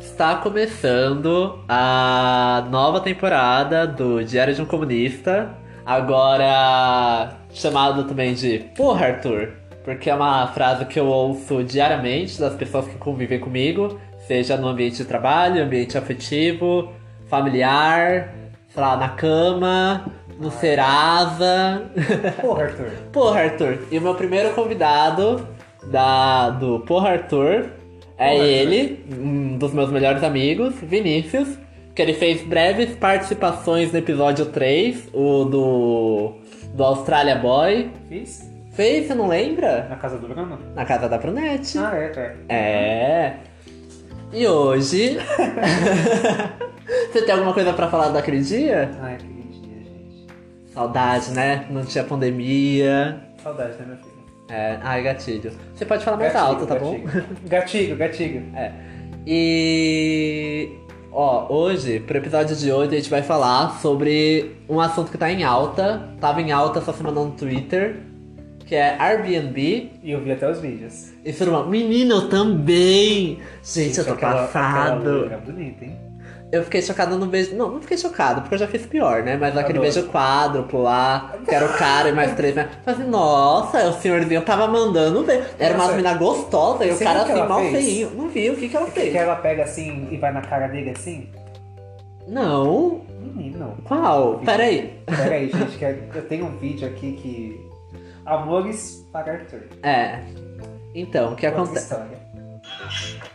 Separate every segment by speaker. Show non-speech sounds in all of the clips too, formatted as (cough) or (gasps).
Speaker 1: está começando a nova temporada do Diário de um Comunista, agora chamado também de Porra, Arthur, porque é uma frase que eu ouço diariamente das pessoas que convivem comigo, seja no ambiente de trabalho, ambiente afetivo, familiar, sei lá, na cama, no Serasa. (laughs)
Speaker 2: Porra, Arthur.
Speaker 1: Porra, Arthur. E o meu primeiro convidado da, do Porra, Arthur é ele, um dos meus melhores amigos, Vinícius, que ele fez breves participações no episódio 3, o do, do Australia Boy.
Speaker 2: Fiz? É
Speaker 1: Fez, você não lembra?
Speaker 2: Na casa do Bruno?
Speaker 1: Na casa da Prunete.
Speaker 2: Ah, é, é.
Speaker 1: É. E hoje. (laughs) Você tem alguma coisa pra falar daquele dia?
Speaker 2: Ai, aquele dia, gente.
Speaker 1: Saudade, né? Não tinha pandemia.
Speaker 2: Saudade, né, meu filho?
Speaker 1: É. Ai, gatilho. Você pode falar mais alto, tá bom? (laughs) É.
Speaker 2: bom? Gatilho, gatilho.
Speaker 1: E. Ó, hoje, pro episódio de hoje, a gente vai falar sobre um assunto que tá em alta. Tava em alta essa semana no Twitter, que é Airbnb.
Speaker 2: E eu vi até os vídeos.
Speaker 1: E falou, menina, eu também! Gente, eu tô
Speaker 2: aquela,
Speaker 1: passado.
Speaker 2: Aquela loira é bonita, hein?
Speaker 1: Eu fiquei chocado no beijo. Não, não fiquei chocado, porque eu já fiz pior, né? Mas aquele
Speaker 2: Adoro.
Speaker 1: beijo quádruplo lá, que era o cara e mais três. Né? Mas assim, nossa, o senhorzinho tava mandando ver. Era uma
Speaker 2: Nossa.
Speaker 1: menina gostosa e o
Speaker 2: Você
Speaker 1: cara
Speaker 2: viu o que
Speaker 1: assim,
Speaker 2: ela
Speaker 1: mal
Speaker 2: fez?
Speaker 1: feinho. Não vi o que, que ela fez.
Speaker 2: Que ela pega assim e vai na cara dele assim?
Speaker 1: Não.
Speaker 2: Menino.
Speaker 1: Qual? Peraí.
Speaker 2: Pera aí, gente, que eu tenho um vídeo aqui que. Amores para Arthur.
Speaker 1: É. Então, o que
Speaker 2: Conta
Speaker 1: acontece?
Speaker 2: história.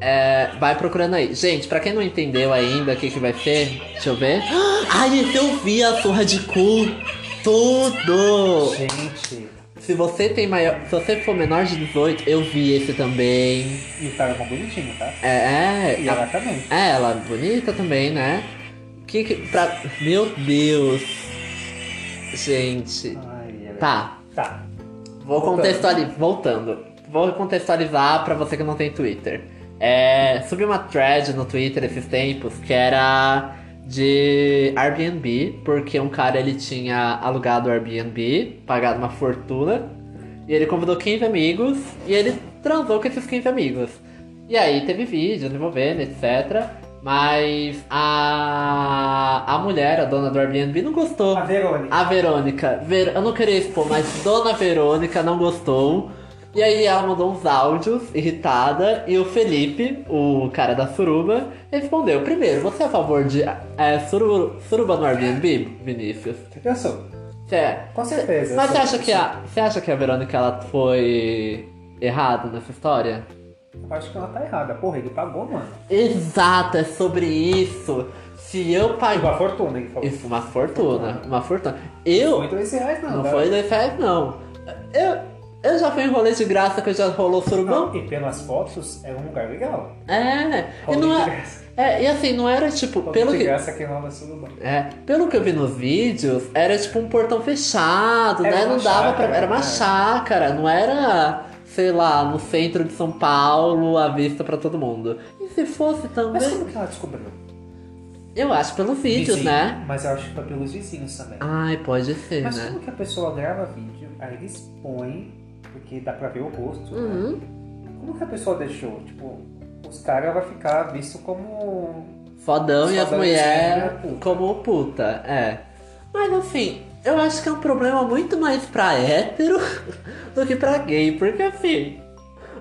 Speaker 1: É, vai procurando aí. Gente, pra quem não entendeu ainda o que, que vai ser, deixa eu ver. (gasps) Ai, esse eu vi a surra de cu. Tudo!
Speaker 2: Gente,
Speaker 1: Se você tem maior. Se você for menor de 18, eu vi esse também.
Speaker 2: e o cara é mó bonitinho, tá?
Speaker 1: É,
Speaker 2: E
Speaker 1: é. a-
Speaker 2: ela também.
Speaker 1: é, ela é bonita também, né? Que que. Pra, meu Deus! Gente.
Speaker 2: Ai, ela...
Speaker 1: Tá,
Speaker 2: Tá.
Speaker 1: vou
Speaker 2: Voltando.
Speaker 1: contextualizar. Voltando. Vou contextualizar pra você que não tem Twitter. É, subi uma thread no Twitter esses tempos que era de Airbnb, porque um cara ele tinha alugado o Airbnb, pagado uma fortuna, e ele convidou 15 amigos e ele transou com esses 15 amigos. E aí teve vídeos envolvendo, etc. Mas a, a mulher, a dona do Airbnb, não gostou.
Speaker 2: A Verônica.
Speaker 1: A Verônica. Ver... Eu não queria expor, mas Dona Verônica não gostou. E aí ela mandou uns áudios, irritada, e o Felipe, o cara da suruba, respondeu. Primeiro, você é a favor de é, suru- suruba no Airbnb, Vinícius?
Speaker 2: Eu sou.
Speaker 1: Você é.
Speaker 2: Com certeza. eu
Speaker 1: Mas você
Speaker 2: sou.
Speaker 1: acha, que a, você acha que a Verônica ela foi errada nessa história?
Speaker 2: Eu acho que ela tá errada. Porra, ele pagou, mano.
Speaker 1: Exato, é sobre isso. Se eu pagar.
Speaker 2: Pagou a fortuna, ele falou.
Speaker 1: Isso, uma fortuna. Uma fortuna. Eu.
Speaker 2: Não foi dois reais, não.
Speaker 1: Não
Speaker 2: tá?
Speaker 1: foi dois reais, não. Eu, eu já fui em rolê de graça que eu já rolou surubão.
Speaker 2: Não, e pelas fotos, é um lugar legal.
Speaker 1: É, e
Speaker 2: Rolê
Speaker 1: não
Speaker 2: de
Speaker 1: é,
Speaker 2: graça.
Speaker 1: é. E assim, não era tipo.
Speaker 2: Rolê
Speaker 1: Pelo
Speaker 2: de
Speaker 1: que,
Speaker 2: graça que não é surubão.
Speaker 1: é, pelo que eu vi nos vídeos, era tipo um portão fechado,
Speaker 2: Era
Speaker 1: né?
Speaker 2: uma
Speaker 1: Não dava pra.
Speaker 2: chácara,
Speaker 1: Era uma
Speaker 2: né?
Speaker 1: chácara, não era, sei lá, no centro de São Paulo, à vista pra todo mundo. E se fosse
Speaker 2: Mas
Speaker 1: também.
Speaker 2: como que ela descobriu?
Speaker 1: Eu acho pelos vídeos,
Speaker 2: Vizinho.
Speaker 1: né?
Speaker 2: Mas eu acho que foi pelos vizinhos também.
Speaker 1: Ai, pode ser,
Speaker 2: Mas
Speaker 1: né?
Speaker 2: como que a pessoa grava vídeo, aí eles põem, porque dá pra ver o rosto, né?
Speaker 1: Uhum.
Speaker 2: Como que a pessoa deixou? Tipo, os caras vão ficar visto como...
Speaker 1: Fodão e as
Speaker 2: Fodão e
Speaker 1: mulheres
Speaker 2: as mulher puta.
Speaker 1: como puta, é. Mas assim, eu acho que é um problema muito mais pra hétero (laughs) do que pra gay, porque assim.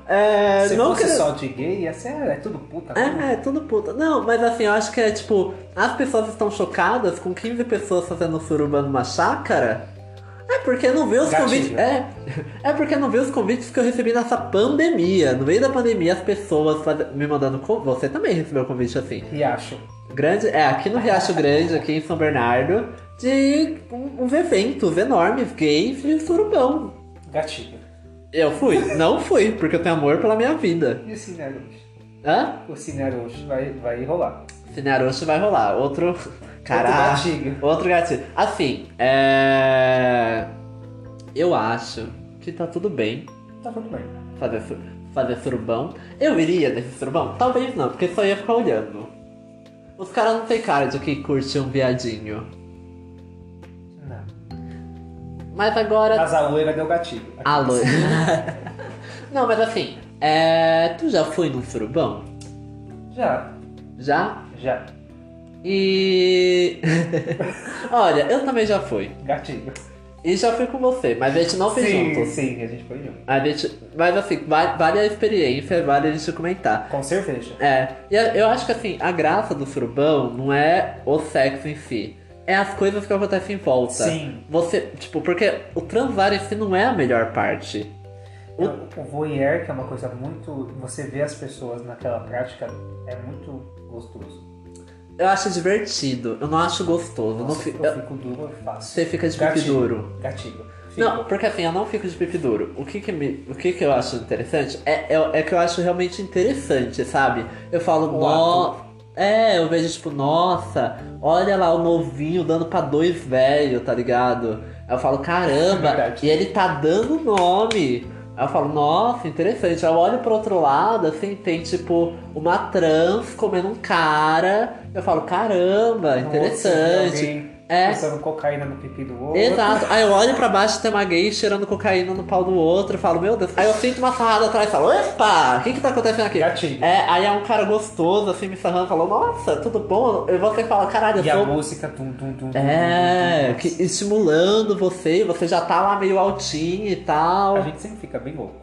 Speaker 1: É,
Speaker 2: Se
Speaker 1: não
Speaker 2: fosse
Speaker 1: que...
Speaker 2: só de gay, ia ser... É tudo puta.
Speaker 1: É, é tudo puta. Não, mas assim, eu acho que é tipo, as pessoas estão chocadas com 15 pessoas fazendo suruba numa chácara. É porque não vê os
Speaker 2: Gatilho.
Speaker 1: convites. É, é porque não vê os convites que eu recebi nessa pandemia. No meio da pandemia, as pessoas faz- me mandando. con- Você também recebeu convite assim.
Speaker 2: Riacho.
Speaker 1: Grande, é, aqui no Riacho Grande, aqui em São Bernardo, de um- uns eventos enormes, gays de surubão.
Speaker 2: Gatilho.
Speaker 1: Eu fui? Não fui, porque eu tenho amor pela minha vida.
Speaker 2: E assim, né, o Cine Arouche?
Speaker 1: Hã?
Speaker 2: O Cine Arouche vai, vai rolar.
Speaker 1: Cinearosto vai rolar. Outro. (laughs) Caraca.
Speaker 2: Outro gatilho.
Speaker 1: Outro gatilho. Assim, é. Eu acho que tá tudo bem
Speaker 2: Tá tudo bem.
Speaker 1: fazer, su- fazer surubão. Eu iria nesse surubão? Talvez não, porque só ia ficar olhando. Os caras não têm cara de que curte um viadinho.
Speaker 2: Não.
Speaker 1: Mas agora
Speaker 2: Mas a loira deu gatilho.
Speaker 1: A (laughs) loira. Não, mas assim, é... tu já foi num surubão?
Speaker 2: Já,
Speaker 1: Já?
Speaker 2: já. (laughs)
Speaker 1: E. Olha, eu também já fui.
Speaker 2: Gatilho.
Speaker 1: E já fui com você, mas a gente não fez
Speaker 2: sim,
Speaker 1: juntos.
Speaker 2: sim, a gente foi junto.
Speaker 1: A gente... Mas assim, va- vale a experiência, vale a gente comentar.
Speaker 2: Com cerveja.
Speaker 1: É, e a- eu acho que assim, a graça do surubão não é o sexo em si, é as coisas que acontecem em volta.
Speaker 2: Sim.
Speaker 1: Você, tipo, porque o transar em si não é a melhor parte. O-
Speaker 2: O voyeur, que é uma coisa muito. Você vê as pessoas naquela prática, é muito gostoso.
Speaker 1: Eu acho divertido, eu não acho gostoso. eu não
Speaker 2: Nossa,
Speaker 1: fi-
Speaker 2: eu
Speaker 1: eu-
Speaker 2: fico duro eu faço.
Speaker 1: Você fica de pipi
Speaker 2: Gatilho.
Speaker 1: duro.
Speaker 2: Gatilho. Fico.
Speaker 1: Não, porque assim, eu não fico de pipi duro. O que que, me, o que, que eu acho interessante é, é, é que eu acho realmente interessante, sabe? Eu falo,
Speaker 2: O
Speaker 1: nossa. É, eu vejo tipo, nossa, olha lá o novinho dando pra dois velhos, tá ligado? Aí eu falo, caramba,
Speaker 2: É Verdade.
Speaker 1: e ele tá dando nome. Aí eu falo, nossa, interessante. Aí eu olho pro outro lado, assim, tem tipo uma trans comendo um cara. Eu falo, caramba,
Speaker 2: No outro, você vê
Speaker 1: é interessante.
Speaker 2: alguém
Speaker 1: É.
Speaker 2: Passando cocaína no pipi do outro.
Speaker 1: Exato. Aí eu olho pra baixo, tem uma gay cheirando cocaína no pau do outro, eu falo, meu Deus. Aí eu sinto uma sarrada atrás e falo, epa, o que que tá acontecendo aqui?
Speaker 2: Gatilho.
Speaker 1: É, aí é um cara gostoso, assim, me sarrando, falou, nossa, tudo bom? E você fala, caralho,
Speaker 2: E
Speaker 1: eu
Speaker 2: a
Speaker 1: sou...
Speaker 2: música, tum, tum, tum, tum,
Speaker 1: É,
Speaker 2: tum, tum,
Speaker 1: que,
Speaker 2: tum.
Speaker 1: estimulando você, você já tá lá meio altinho e tal.
Speaker 2: A gente sempre fica bem louco.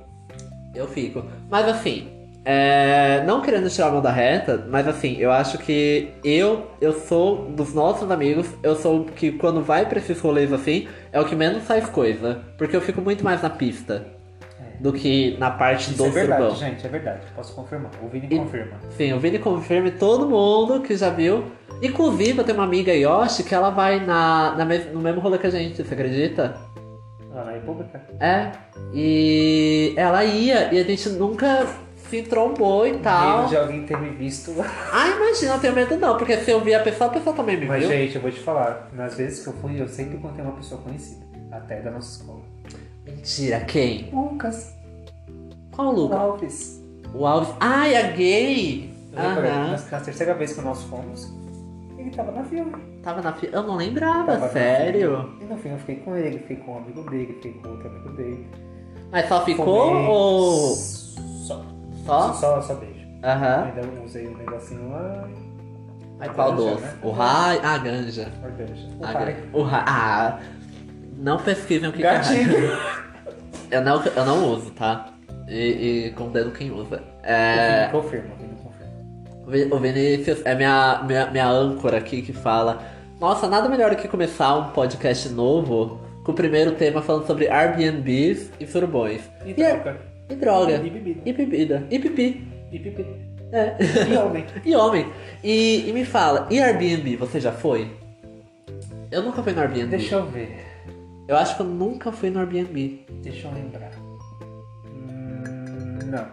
Speaker 1: Eu fico. Mas assim, é, não querendo tirar a mão da reta, mas assim, eu acho que eu, eu sou, dos nossos amigos, eu sou o que quando vai pra esses rolês assim, é o que menos faz coisa. Porque eu fico muito mais na pista do que na parte
Speaker 2: É. Isso
Speaker 1: do
Speaker 2: é verdade,
Speaker 1: surubão.
Speaker 2: gente, é verdade. Posso confirmar. O Vini
Speaker 1: E-
Speaker 2: confirma.
Speaker 1: Sim, o Vini confirma e todo mundo que já viu. Inclusive, eu tenho uma amiga, Yoshi, que ela vai na, na mes- no mesmo rolê que a gente, você acredita?
Speaker 2: Lá na República.
Speaker 1: É. E ela ia, e a gente nunca se trombou e tal.
Speaker 2: Medo de alguém ter me (laughs) visto lá.
Speaker 1: Ah, imagina, eu tenho medo não, porque se eu vi a pessoa, a pessoa também me
Speaker 2: Mas,
Speaker 1: viu.
Speaker 2: gente, eu vou te falar. Nas vezes que eu fui, eu sempre encontrei uma pessoa conhecida. Até da nossa escola.
Speaker 1: Mentira, quem?
Speaker 2: Lucas
Speaker 1: Qual o Lucas?
Speaker 2: Alves.
Speaker 1: O Alves. Ai, a gay!
Speaker 2: Eu lembro,
Speaker 1: Aham.
Speaker 2: na, na terceira vez que nós fomos, ele tava na fila.
Speaker 1: Tava na fila. Eu não lembrava,
Speaker 2: Tava na
Speaker 1: sério.
Speaker 2: E no fim eu fiquei com ele, fiquei com um amigo dele, fiquei com outro amigo dele.
Speaker 1: Mas só ficou
Speaker 2: Fomei-
Speaker 1: ou.
Speaker 2: Só.
Speaker 1: Só?
Speaker 2: Só, só beijo.
Speaker 1: Aham.
Speaker 2: Ainda usei um negocinho lá.
Speaker 1: Mas qual
Speaker 2: Ganja,
Speaker 1: doce?
Speaker 2: né?
Speaker 1: O raio. Ah, ganja.
Speaker 2: Uma ganja. Um
Speaker 1: A
Speaker 2: cara-
Speaker 1: ganja. O raio. Ah. Não pesquisem o que que é raio.
Speaker 2: Gatilho.
Speaker 1: Eu não, eu não uso, tá? E, e condeno quem usa.
Speaker 2: É...
Speaker 1: É.
Speaker 2: Confirma, ele não confirma.
Speaker 1: O Vinícius é minha, minha, minha âncora aqui que fala: Nossa, nada melhor do que começar um podcast novo com o primeiro tema falando sobre Airbnbs e surubões.
Speaker 2: E
Speaker 1: E, é-
Speaker 2: troca.
Speaker 1: e droga.
Speaker 2: E bebida.
Speaker 1: E bebida. E pipi.
Speaker 2: E pipi.
Speaker 1: É.
Speaker 2: E homem.
Speaker 1: e homem. E, e me fala: E Airbnb? Você já foi? Eu nunca fui no Airbnb.
Speaker 2: (laughs) Deixa eu ver.
Speaker 1: Eu acho que eu nunca fui no Airbnb.
Speaker 2: Deixa eu lembrar. Hum, Não.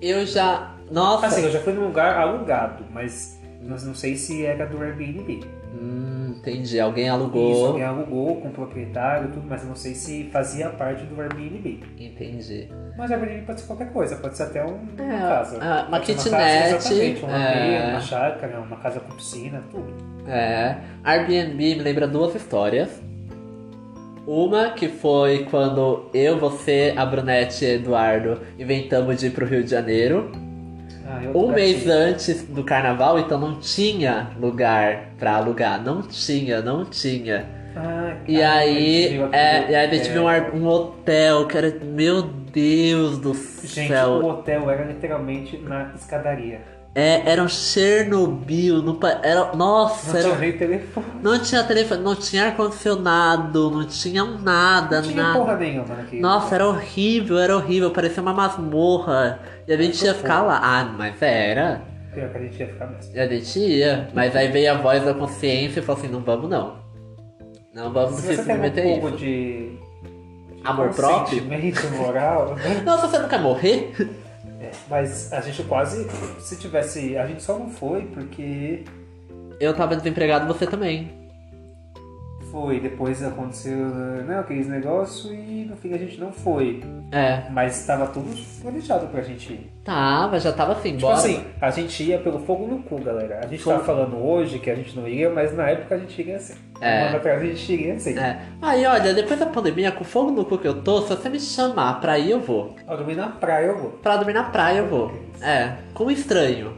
Speaker 1: Eu já. Nossa.
Speaker 2: Assim, eu já fui num lugar alugado, mas não não sei se era do Airbnb.
Speaker 1: Hum, entendi. Alguém
Speaker 2: Isso,
Speaker 1: alugou.
Speaker 2: alguém alugou com o proprietário e tudo, mas eu não sei se fazia parte do Airbnb.
Speaker 1: Entendi.
Speaker 2: Mas Airbnb pode ser qualquer coisa, pode ser até um, uma
Speaker 1: É,
Speaker 2: casa.
Speaker 1: ah, uma
Speaker 2: Pode ser
Speaker 1: kitnet,
Speaker 2: Casa, exatamente, uma
Speaker 1: é.
Speaker 2: meia, uma chácara, uma casa com piscina, tudo.
Speaker 1: É, Airbnb me lembra duas histórias. Uma que foi quando eu, você, a Brunete e Eduardo inventamos de ir pro Rio de Janeiro.
Speaker 2: Ah, eu
Speaker 1: Um
Speaker 2: tô
Speaker 1: mês
Speaker 2: gatinho.
Speaker 1: antes do carnaval, então não tinha lugar pra alugar. Não tinha, não tinha.
Speaker 2: Ah,
Speaker 1: E
Speaker 2: cara, a gente
Speaker 1: aí,
Speaker 2: viu aqui
Speaker 1: é,
Speaker 2: no-
Speaker 1: e aí a gente
Speaker 2: é,
Speaker 1: viu um, ar- um hotel que era. Meu Deus do
Speaker 2: Gente,
Speaker 1: céu!
Speaker 2: o hotel era literalmente na escadaria.
Speaker 1: É, era um Chernobyl. No, pa- era, nossa,
Speaker 2: Não
Speaker 1: era
Speaker 2: tinha um nem telefone.
Speaker 1: Não tinha telefone, não tinha ar-condicionado, não tinha nada,
Speaker 2: Não tinha
Speaker 1: nada.
Speaker 2: porra nenhuma naquele.
Speaker 1: Nossa, era horrível, era horrível, parecia uma masmorra. E a gente ia ficar lá. Ah, mas era.
Speaker 2: Pior que a gente ia ficar mesmo.
Speaker 1: E a gente ia. Mas aí veio a voz da consciência e falou assim, não vamos não. Não vamos se
Speaker 2: Se você tem um
Speaker 1: submeter a
Speaker 2: pouco
Speaker 1: isso.
Speaker 2: de...
Speaker 1: Amor próprio?
Speaker 2: Sentimento moral. (laughs)
Speaker 1: Nossa, você não quer morrer?
Speaker 2: É, mas a gente quase... Se tivesse... A gente só não foi porque...
Speaker 1: Eu tava desempregado, você também.
Speaker 2: foi, depois aconteceu né, aqueles negócios e no fim a gente não foi.
Speaker 1: É.
Speaker 2: Mas estava tudo planejado pra gente ir.
Speaker 1: Tava, já tava assim,
Speaker 2: Tipo
Speaker 1: bora.
Speaker 2: assim, a gente ia pelo fogo no cu, galera. A gente
Speaker 1: Fogo.
Speaker 2: tava falando hoje que a gente não ia, mas na época a gente iria assim.
Speaker 1: É.
Speaker 2: Um ano atrás a gente iria assim.
Speaker 1: É. Aí, olha, depois da pandemia, com o fogo no cu que eu tô, se você me chamar pra ir, eu vou.
Speaker 2: Eu dormi na praia, eu vou.
Speaker 1: Pra dormir na praia, eu vou. É. Com um estranho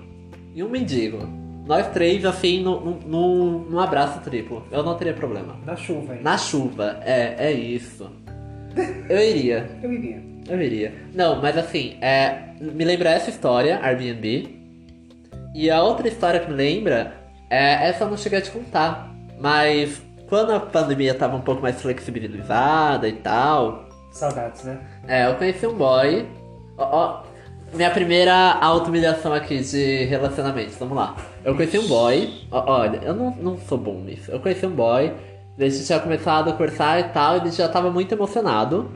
Speaker 1: e um mendigo. Nós três, assim, num, num, num abraço triplo. Eu não teria problema.
Speaker 2: Na chuva, hein?
Speaker 1: Na chuva, é, é isso. Eu iria.
Speaker 2: Eu iria.
Speaker 1: Eu iria. Não, mas assim, é, me lembra essa história, Airbnb. E a outra história que me lembra, é, essa eu não cheguei a te contar. Mas quando a pandemia tava um pouco mais flexibilizada e tal,
Speaker 2: Saudades, né?
Speaker 1: é, eu conheci um boy. Ó, ó, minha primeira auto-humilhação aqui de relacionamentos, vamos lá. Eu conheci um boy, ó, olha, eu não, não sou bom nisso. Eu conheci um boy, a gente tinha começado a conversar e tal, ele já tava muito emocionado.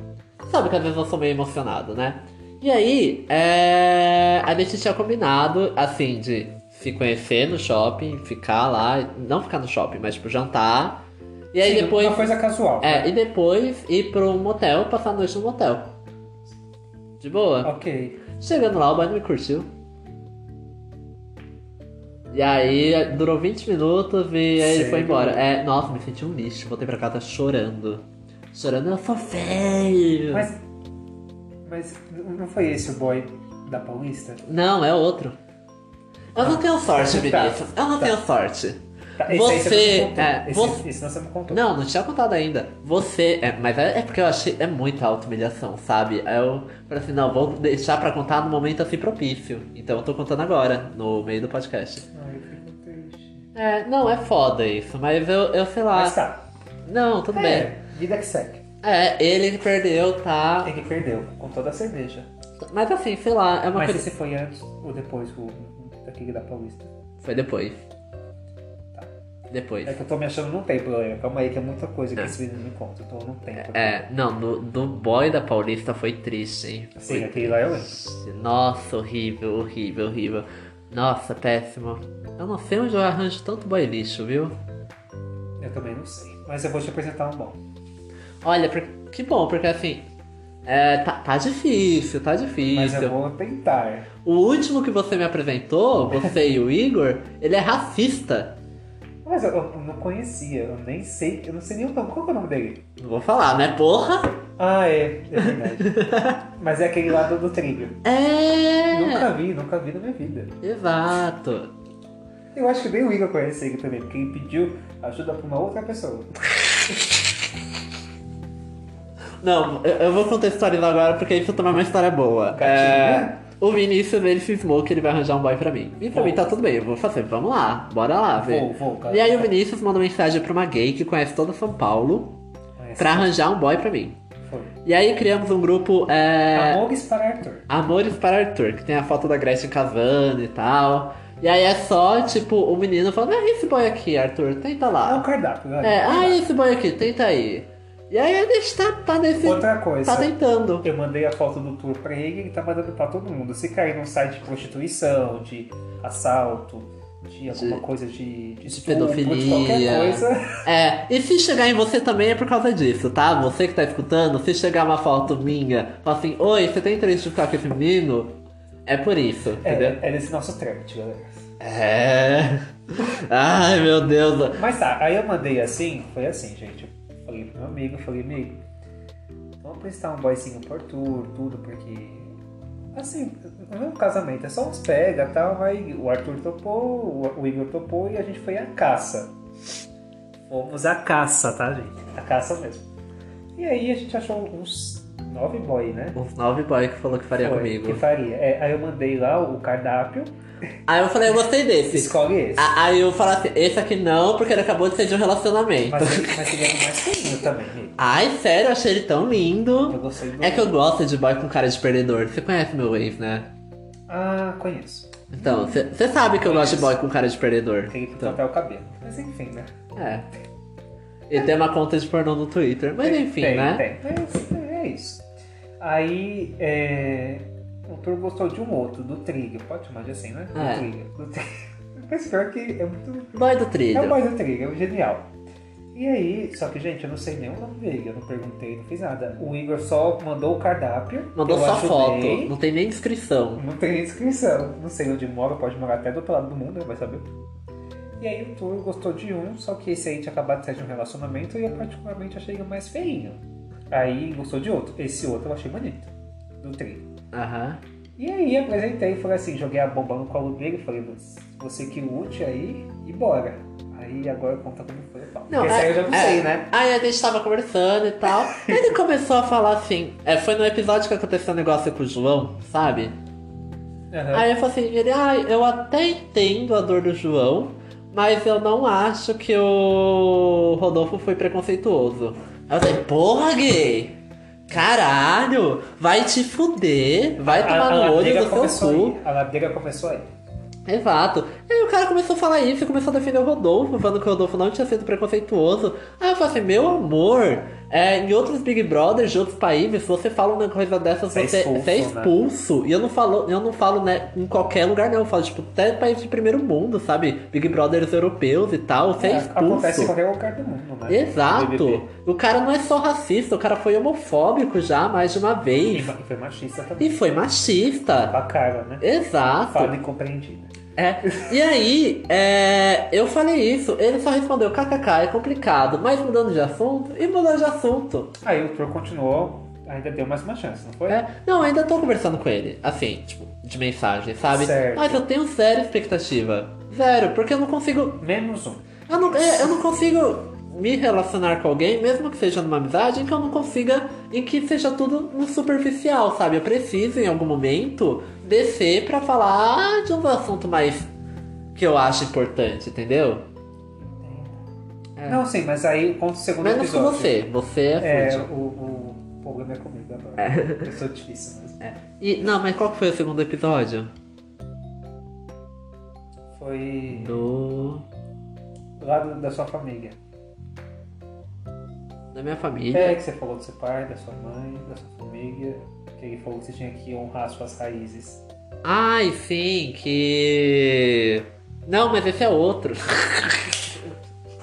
Speaker 1: Sabe que às vezes eu sou meio emocionado, né? E aí, é, a gente tinha combinado, assim, de se conhecer no shopping, ficar lá, não ficar no shopping, mas tipo, jantar. E aí
Speaker 2: Sim,
Speaker 1: depois.
Speaker 2: Uma coisa casual.
Speaker 1: É, e depois ir pra um motel, passar a noite no motel. De boa.
Speaker 2: Ok.
Speaker 1: Chegando lá, o boy não me curtiu. E aí, durou 20 minutos e aí ele foi
Speaker 2: Sério?
Speaker 1: embora. É, nossa, me senti um lixo. Voltei pra casa chorando. Chorando, eu sou feio.
Speaker 2: Mas. Mas não foi esse o boy da Paulista?
Speaker 1: Não, é outro. Eu não tenho sorte,
Speaker 2: Tá,
Speaker 1: Vinícius. Eu não
Speaker 2: tá.
Speaker 1: tenho sorte.
Speaker 2: Tá, esse aí
Speaker 1: Você-
Speaker 2: não me contou.
Speaker 1: é,
Speaker 2: esse,
Speaker 1: você-
Speaker 2: esse não você me contou.
Speaker 1: Não, não tinha contado ainda. Você. É, mas é, é porque eu achei. É muita auto-humilhação, sabe? Aí Eu falei assim, não, vou deixar pra contar no momento assim propício. Então eu tô contando agora, no meio do podcast.
Speaker 2: Ai, eu fico triste.
Speaker 1: É, não, é foda isso, mas eu, eu sei lá.
Speaker 2: Mas tá.
Speaker 1: Não, Ah, tudo bem.
Speaker 2: É, vida que segue.
Speaker 1: É, ele perdeu, tá?
Speaker 2: Ele perdeu, com toda a cerveja.
Speaker 1: Mas assim, sei lá, é uma
Speaker 2: Mas
Speaker 1: coisa.
Speaker 2: esse foi antes ou depois o, daquele da Paulista?
Speaker 1: Foi depois. Tá. Depois.
Speaker 2: É que eu tô me achando não tem problema. Calma aí, que é muita coisa que esse menino me conta. Então eu não tenho problema.
Speaker 1: É, não, no, do boy da Paulista foi triste, hein?
Speaker 2: Sim,
Speaker 1: Foi
Speaker 2: Assim, aquele lá é eu lembro.
Speaker 1: Nossa, Nossa, horrível, horrível, horrível. Nossa, péssimo. Eu não sei onde eu arranjo tanto boy lixo, viu?
Speaker 2: Eu também não sei. Mas eu vou te apresentar um bom.
Speaker 1: Olha, por- que bom, porque assim. é, tá, tá difícil, tá
Speaker 2: Mas é eu
Speaker 1: difícil.
Speaker 2: vou tentar.
Speaker 1: O último que você me apresentou, você e
Speaker 2: (laughs)
Speaker 1: o Igor, ele é racista.
Speaker 2: Mas eu, eu não conhecia, eu nem sei, eu não sei nem o nome. Qual que é o nome dele?
Speaker 1: Não vou falar, né? Porra!
Speaker 2: Ah, é, é
Speaker 1: (laughs)
Speaker 2: verdade. Mas é aquele lá do, do trilho.
Speaker 1: É!
Speaker 2: Nunca vi, nunca vi na minha vida.
Speaker 1: Exato.
Speaker 2: Eu acho que nem o Igor conhece ele também, porque ele pediu ajuda pra uma outra pessoa.
Speaker 1: Não, eu, eu vou contextualizar agora porque isso também é uma história boa.
Speaker 2: Gatilho,
Speaker 1: É,
Speaker 2: né?
Speaker 1: o Vinícius, ele cismou que ele vai arranjar um boy pra mim. E pra
Speaker 2: Vou.
Speaker 1: mim tá tudo bem, eu vou fazer, vamos lá, bora lá,
Speaker 2: Vou,
Speaker 1: ver.
Speaker 2: vou, cara.
Speaker 1: E aí o Vinícius mandou mensagem pra uma gay que conhece todo São Paulo
Speaker 2: Conhece.
Speaker 1: pra arranjar um boy pra mim.
Speaker 2: Foi.
Speaker 1: E aí criamos um grupo é,
Speaker 2: Amores para Arthur.
Speaker 1: Amores para Arthur, que tem a foto da Gretchen casando e tal. E aí é só, tipo, o menino falando, ah, esse boy aqui, Arthur, tenta
Speaker 2: É o
Speaker 1: lá.
Speaker 2: cardápio, olha.
Speaker 1: É, ah, esse boy aqui, tenta aí. E aí a gente tá, tá nesse.
Speaker 2: Outra coisa.
Speaker 1: Tá tentando.
Speaker 2: Eu mandei a foto do tour pra ele, ele tá mandando pra todo mundo. Se cair num site de prostituição, de assalto, de alguma
Speaker 1: De-
Speaker 2: coisa de, de, de
Speaker 1: pedofilia.
Speaker 2: qualquer coisa.
Speaker 1: É, e se chegar em você também é por causa disso, tá? Você que tá escutando, se chegar uma foto minha, fala assim, oi, você tem interesse de ficar com esse menino? É por isso, entendeu?
Speaker 2: É, é desse nosso trâmite, galera.
Speaker 1: É. (laughs) Ai, meu Deus.
Speaker 2: Mas tá, aí eu mandei assim, foi assim, gente. Eu falei pro meu amigo, eu falei, amigo, vamos prestar um boyzinho por tour, tudo, porque. Assim, não é um casamento, é só uns pega e tal, aí o Arthur topou, o- o Igor topou e a gente foi à caça. Fomos à caça, tá, gente? A caça mesmo. E aí a gente achou uns nove boy, né?
Speaker 1: Os nove boy que falou que faria
Speaker 2: Foi, Que
Speaker 1: comigo.
Speaker 2: faria. É, aí eu mandei lá o cardápio,
Speaker 1: Aí eu falei, eu gostei desse.
Speaker 2: escolhe esse.
Speaker 1: A- Aí eu falei assim, esse aqui não, porque ele acabou de ser de um relacionamento.
Speaker 2: Mas, ele- mas ele era o mais feio também, amigo.
Speaker 1: Ai, sério, eu achei ele tão lindo.
Speaker 2: Eu gostei do.
Speaker 1: É que eu gosto de boy com cara de perdedor. Você conhece meu ex, né?
Speaker 2: Ah, conheço.
Speaker 1: Então, você sabe que eu gosto de boy com cara de perdedor.
Speaker 2: Tem que
Speaker 1: Então,
Speaker 2: cortar o cabelo. Mas enfim, né?
Speaker 1: é. E tem uma conta de pornô no Twitter. Mas
Speaker 2: Tem-
Speaker 1: enfim,
Speaker 2: tem,
Speaker 1: né?
Speaker 2: Tem. Mas é isso. Aí, é... o Tur gostou de um outro, do Trigger. Pode chamar de assim, né? Do
Speaker 1: É.
Speaker 2: (laughs) Trigger. Do Trigger. Mas pior que é muito...
Speaker 1: Boy do
Speaker 2: É o
Speaker 1: trilho.
Speaker 2: mais do Trigger, é o genial. E E aí, só que, gente, eu não sei nem o nome dele, eu não perguntei, não fiz nada. O Igor só mandou o cardápio.
Speaker 1: Mandou
Speaker 2: eu
Speaker 1: só
Speaker 2: ajudei.
Speaker 1: foto, não tem nem descrição.
Speaker 2: Não tem inscrição. é. Não sei onde mora, pode morar até do outro lado do mundo, né? vai saber. E aí o Tour gostou de um, só que esse aí tinha acabado de sair de um relacionamento e eu particularmente achei ele mais feinho. Aí gostou de outro. Esse outro eu achei bonito. Do trio.
Speaker 1: Aham.
Speaker 2: E aí apresentei, falei assim, joguei a bomba no colo dele, falei, "Você- você que lute aí e bora. Aí agora conta como foi o pau.
Speaker 1: Não,
Speaker 2: Porque esse
Speaker 1: é-
Speaker 2: aí eu já não
Speaker 1: é.
Speaker 2: sei, né?
Speaker 1: Aí a gente tava conversando e
Speaker 2: (laughs)
Speaker 1: tal. Aí ele começou a falar assim. É, foi no episódio que aconteceu o negócio com o João, sabe?
Speaker 2: Aham.
Speaker 1: Aí eu falei assim, ele, ah, eu até entendo a dor do João, mas eu não acho que o Rodolfo foi preconceituoso. Aí eu falei, porra, gay! Caralho! Vai te fuder! Vai tomar no um olho do seu
Speaker 2: começou
Speaker 1: cu!
Speaker 2: aí. A ladeira começou aí.
Speaker 1: Exato. Aí o cara começou a falar isso, e começou a defender o Rodolfo, falando que o Rodolfo não tinha sido preconceituoso. Aí eu falei assim, meu amor, é, em outros Big Brothers de outros países, se você fala uma coisa dessas,
Speaker 2: Você é
Speaker 1: você,
Speaker 2: expulso,
Speaker 1: você é expulso. E eu não falo, eu não falo né, em qualquer lugar, não. Eu falo, tipo, até país de primeiro mundo, sabe? Big Brothers europeus e tal, você é,
Speaker 2: É, acontece em
Speaker 1: expulso.
Speaker 2: qualquer lugar do mundo, né? BBB.
Speaker 1: Exato. O cara não é só racista, o cara foi homofóbico já mais de uma
Speaker 2: E
Speaker 1: vez.
Speaker 2: ma- e foi machista também.
Speaker 1: E foi machista.
Speaker 2: Pra cara, né?
Speaker 1: Exato.
Speaker 2: Fala incompreendida.
Speaker 1: É, e aí, é, eu falei isso, ele só respondeu kkk, é complicado, mas mudando de assunto, e mudou de assunto.
Speaker 2: Aí o Thor continuou, ainda deu mais uma chance, não foi?
Speaker 1: É, não, ainda tô conversando com ele, assim, tipo, de mensagem, sabe?
Speaker 2: Certo.
Speaker 1: Mas eu tenho zero expectativa. Zero, porque eu não consigo.
Speaker 2: Menos um.
Speaker 1: Eu não, é, eu não consigo me relacionar com alguém, mesmo que seja numa amizade, em que eu não consiga. em que seja tudo um superficial, sabe? Eu preciso, em algum momento, descer pra falar de um assunto mais. que eu acho importante, entendeu? É.
Speaker 2: Não, sim, mas aí conta o segundo
Speaker 1: Menos com
Speaker 2: episódio.
Speaker 1: você, você é,
Speaker 2: É,
Speaker 1: fútil.
Speaker 2: o, o problema é comigo agora.
Speaker 1: É.
Speaker 2: (laughs) Eu sou difícil mesmo.
Speaker 1: E, não, mas qual que foi o segundo episódio?
Speaker 2: Foi
Speaker 1: Do...
Speaker 2: lá do- da sua família.
Speaker 1: Da minha família.
Speaker 2: É, que você falou do seu pai, da sua mãe, da sua família. Que ele falou que você tinha que honrar suas raízes.
Speaker 1: Ai, sim, que... Não, mas esse é outro. (laughs)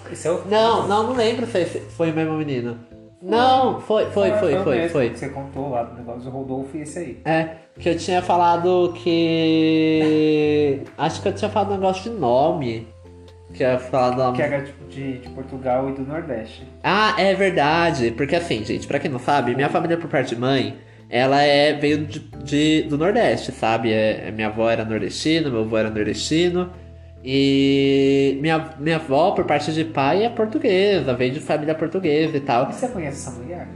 Speaker 2: Esse é o...
Speaker 1: Não, não, não lembro se é esse foi o mesmo menino. Não, foi, foi,
Speaker 2: Ah,
Speaker 1: foi,
Speaker 2: o
Speaker 1: foi,
Speaker 2: mesmo
Speaker 1: foi.
Speaker 2: Que você contou lá do negócio do Rodolfo e esse aí.
Speaker 1: É, que eu tinha falado que... Acho que eu tinha falado um negócio de nome. Que eu ia falar do
Speaker 2: Que era tipo de, de Portugal e do Nordeste.
Speaker 1: Ah, é verdade. Porque assim, gente, pra quem não sabe, minha família por parte de mãe, ela é veio de, de- do Nordeste, sabe? É, é- minha avó era nordestina, meu avô era nordestino. E minha, minha avó, por parte de pai, é portuguesa, veio de família portuguesa e tal.
Speaker 2: E você conhece essa mulher?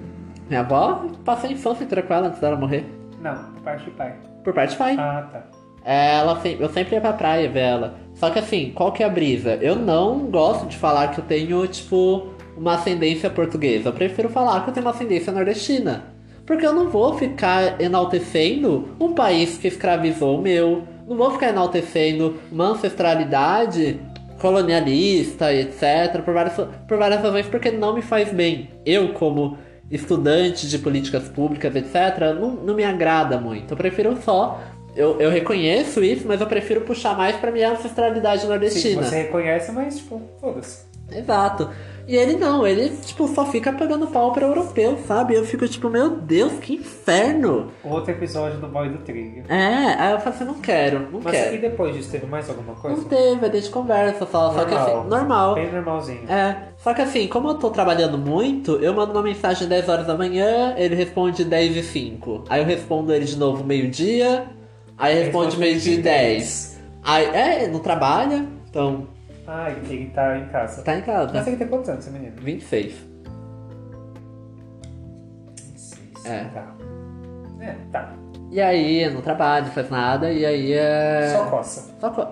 Speaker 1: Minha avó passou a infância inteira com ela antes dela morrer.
Speaker 2: Não, parte de pai.
Speaker 1: Por parte de pai.
Speaker 2: Ah, tá.
Speaker 1: Ela, se- eu sempre ia pra praia ver ela. Só que assim, qual que é a brisa? Eu não gosto de falar que eu tenho, tipo, uma ascendência portuguesa. Eu prefiro falar que eu tenho uma ascendência nordestina. Porque eu não vou ficar enaltecendo um país que escravizou o meu. Não vou ficar enaltecendo uma ancestralidade colonialista, etc. Por várias, por várias razões, porque não me faz bem. Eu, como estudante de políticas públicas, etc., não, não me agrada muito. Eu prefiro só. Eu, eu reconheço isso, mas eu prefiro puxar mais pra minha ancestralidade
Speaker 2: Sim,
Speaker 1: nordestina.
Speaker 2: você reconhece, mas tipo, foda-se.
Speaker 1: Exato. E ele não, ele, tipo, só fica pegando pau pra europeu, sabe? Eu fico tipo, meu Deus, que inferno!
Speaker 2: Outro episódio do Boy do Trigger.
Speaker 1: É, aí eu falo assim, não quero, não
Speaker 2: Mas e
Speaker 1: quero.
Speaker 2: depois disso, teve mais alguma coisa?
Speaker 1: Não teve, é de conversa só, só que assim, normal.
Speaker 2: Bem normalzinho.
Speaker 1: É, só que assim, como eu tô trabalhando muito, eu mando uma mensagem 10 horas da manhã, ele responde 10 e 5. Aí eu respondo ele de novo meio-dia, aí
Speaker 2: Ele
Speaker 1: É, responde
Speaker 2: responde
Speaker 1: meio-dia e 10.
Speaker 2: 10.
Speaker 1: Aí, é, não trabalha, então
Speaker 2: Ah, ele tá em casa.
Speaker 1: tá em casa.
Speaker 2: Mas ele tem quantos anos, esse menino?
Speaker 1: 26.
Speaker 2: 26.
Speaker 1: É.
Speaker 2: Tá. É, tá.
Speaker 1: E aí, não trabalha, não faz nada, e aí é.
Speaker 2: Só coça.
Speaker 1: Só co-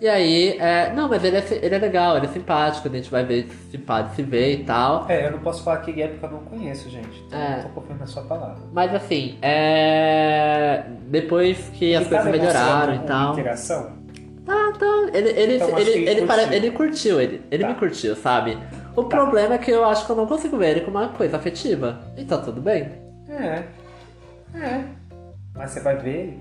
Speaker 1: E aí, é... não, mas ele é, si- ele é legal, ele é simpático, a gente vai ver se pá de se ver e tal.
Speaker 2: É, eu não posso falar que é porque eu não conheço, gente. Então
Speaker 1: É.
Speaker 2: eu tô confiando na sua palavra.
Speaker 1: Mas assim, é... depois que as
Speaker 2: Ele tá
Speaker 1: coisas melhoraram
Speaker 2: demonstrando
Speaker 1: e tal.
Speaker 2: Interação?
Speaker 1: Tá, tá. Ele, ele,
Speaker 2: Então, acho
Speaker 1: ele,
Speaker 2: que
Speaker 1: ele,
Speaker 2: ele curtiu.
Speaker 1: pare- ele curtiu, ele, ele
Speaker 2: Tá.
Speaker 1: me curtiu, sabe? O problema é que eu acho que eu não consigo ver ele como uma coisa afetiva. E tá tudo bem.
Speaker 2: É. É. Mas você vai ver ele?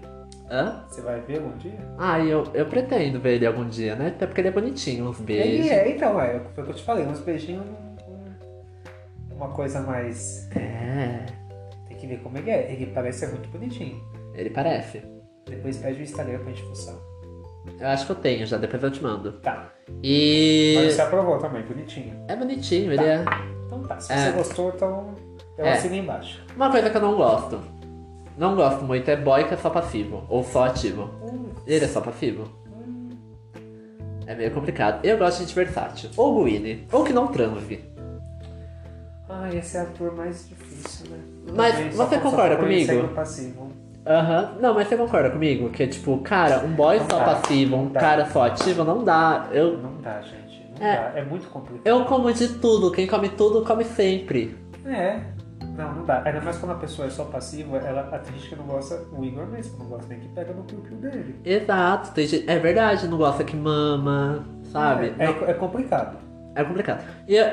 Speaker 1: Hã?
Speaker 2: Você vai ver um dia?
Speaker 1: Ah, eu, eu pretendo ver ele algum dia, né? Até porque ele é bonitinho, uns beijos.
Speaker 2: Ele é, então, é, foi o que eu te falei, uns beijinhos não, não uma coisa mais.
Speaker 1: É,
Speaker 2: Tem que ver como ele é. Ele parece ser muito bonitinho.
Speaker 1: ele parece.
Speaker 2: Depois pede o Instagram pra gente fuçar.
Speaker 1: Eu acho que eu tenho já, depois eu te mando.
Speaker 2: Tá.
Speaker 1: E.
Speaker 2: Mas você aprovou também, bonitinho.
Speaker 1: É bonitinho, ele é.
Speaker 2: Então tá, se
Speaker 1: É.
Speaker 2: você gostou, então eu
Speaker 1: É.
Speaker 2: assino embaixo.
Speaker 1: Uma coisa que eu não gosto. Não gosto muito é boy que é só passivo. Ou só ativo.
Speaker 2: Hum,
Speaker 1: Ele é só passivo. É meio complicado. Eu gosto de gente versátil. Ou ruine. Ou que não transe.
Speaker 2: Ai, esse é a ator mais difícil, né?
Speaker 1: Mas
Speaker 2: Também
Speaker 1: você
Speaker 2: só- só
Speaker 1: concorda
Speaker 2: por ele ser
Speaker 1: comigo?
Speaker 2: no passivo.
Speaker 1: Aham. Não, mas você concorda comigo? Que, tipo, cara, um boy
Speaker 2: Não
Speaker 1: só
Speaker 2: dá.
Speaker 1: passivo, um
Speaker 2: Não dá.
Speaker 1: cara só ativo, não dá. Eu,
Speaker 2: Não dá, gente. Não
Speaker 1: É.
Speaker 2: dá. É muito complicado.
Speaker 1: eu como de tudo. Quem come tudo, come sempre.
Speaker 2: É. Não, não dá. Ainda mais quando a pessoa é só passiva, ela, a gente que não gosta, o Igor mesmo, não gosta nem que pega no piu-piu dele.
Speaker 1: Exato. tem gente- É verdade, não gosta que mama, sabe?
Speaker 2: É,
Speaker 1: Não,
Speaker 2: é, é complicado.
Speaker 1: é complicado. E eu-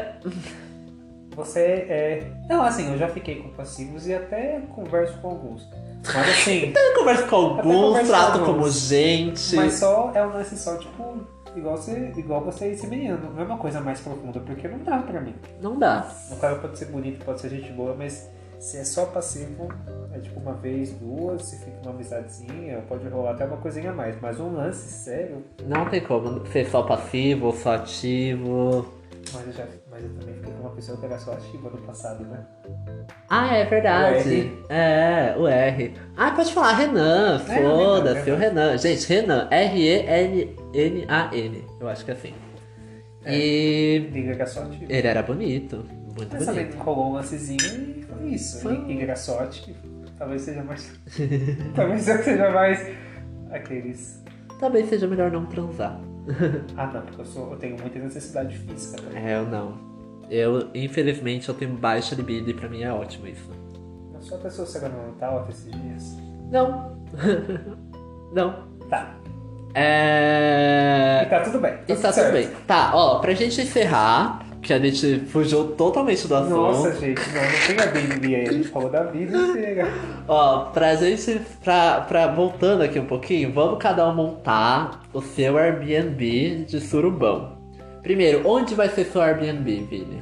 Speaker 2: Você é. Não, assim, eu já fiquei com passivos e até converso com alguns. Mas assim,
Speaker 1: eu converso com
Speaker 2: Até
Speaker 1: alguns,
Speaker 2: converso com
Speaker 1: trato
Speaker 2: alguns.
Speaker 1: como (laughs) gente.
Speaker 2: mas só é um lance só, tipo, igual você, igual você e esse menino. Não é uma coisa mais profunda, porque não dá pra mim.
Speaker 1: Não dá.
Speaker 2: O cara pode ser bonito, pode ser gente boa, mas se é só passivo, é tipo uma vez, duas, se fica uma amizadezinha, pode rolar até uma coisinha a mais. Mas um lance sério,
Speaker 1: Não tem como ser só passivo, só ativo.
Speaker 2: mas eu, já, mas eu também fiquei com uma pessoa que era só ativa no passado, né?
Speaker 1: Ah, é verdade.
Speaker 2: O R.
Speaker 1: É, o R. Ah, pode falar Renan,
Speaker 2: É, o Renan,
Speaker 1: foda-se, o Renan. Gente, Renan, R-E-N-N-A-N. Eu acho que é assim.
Speaker 2: É.
Speaker 1: E
Speaker 2: Liga que é só ativa.
Speaker 1: ele era bonito, muito
Speaker 2: Mas também
Speaker 1: bonito.
Speaker 2: rolou um lancezinho e foi isso.
Speaker 1: Foi um-
Speaker 2: E, e graçote, talvez
Speaker 1: (laughs)
Speaker 2: seja mais. talvez seja mais aqueles.
Speaker 1: Talvez seja melhor não transar.
Speaker 2: Ah não, porque eu, sou, eu tenho muita necessidade física também.
Speaker 1: É, eu não. Eu, infelizmente, eu tenho baixa libido e pra mim é ótimo isso.
Speaker 2: Não sou a pessoa chegando no Natal até esses dias.
Speaker 1: Não. (laughs) não.
Speaker 2: Tá.
Speaker 1: É...
Speaker 2: E tá tudo bem.
Speaker 1: E tá tudo
Speaker 2: certo.
Speaker 1: bem. Tá, ó, pra gente encerrar, que a gente fugiu totalmente do assunto.
Speaker 2: Nossa, gente, não, não tem a BNB aí, a gente falou da vida inteira.
Speaker 1: Ó, pra gente. Pra, pra, voltando aqui um pouquinho, vamos cada um montar o seu Airbnb de surubão. Primeiro, onde vai ser seu Airbnb, Vini?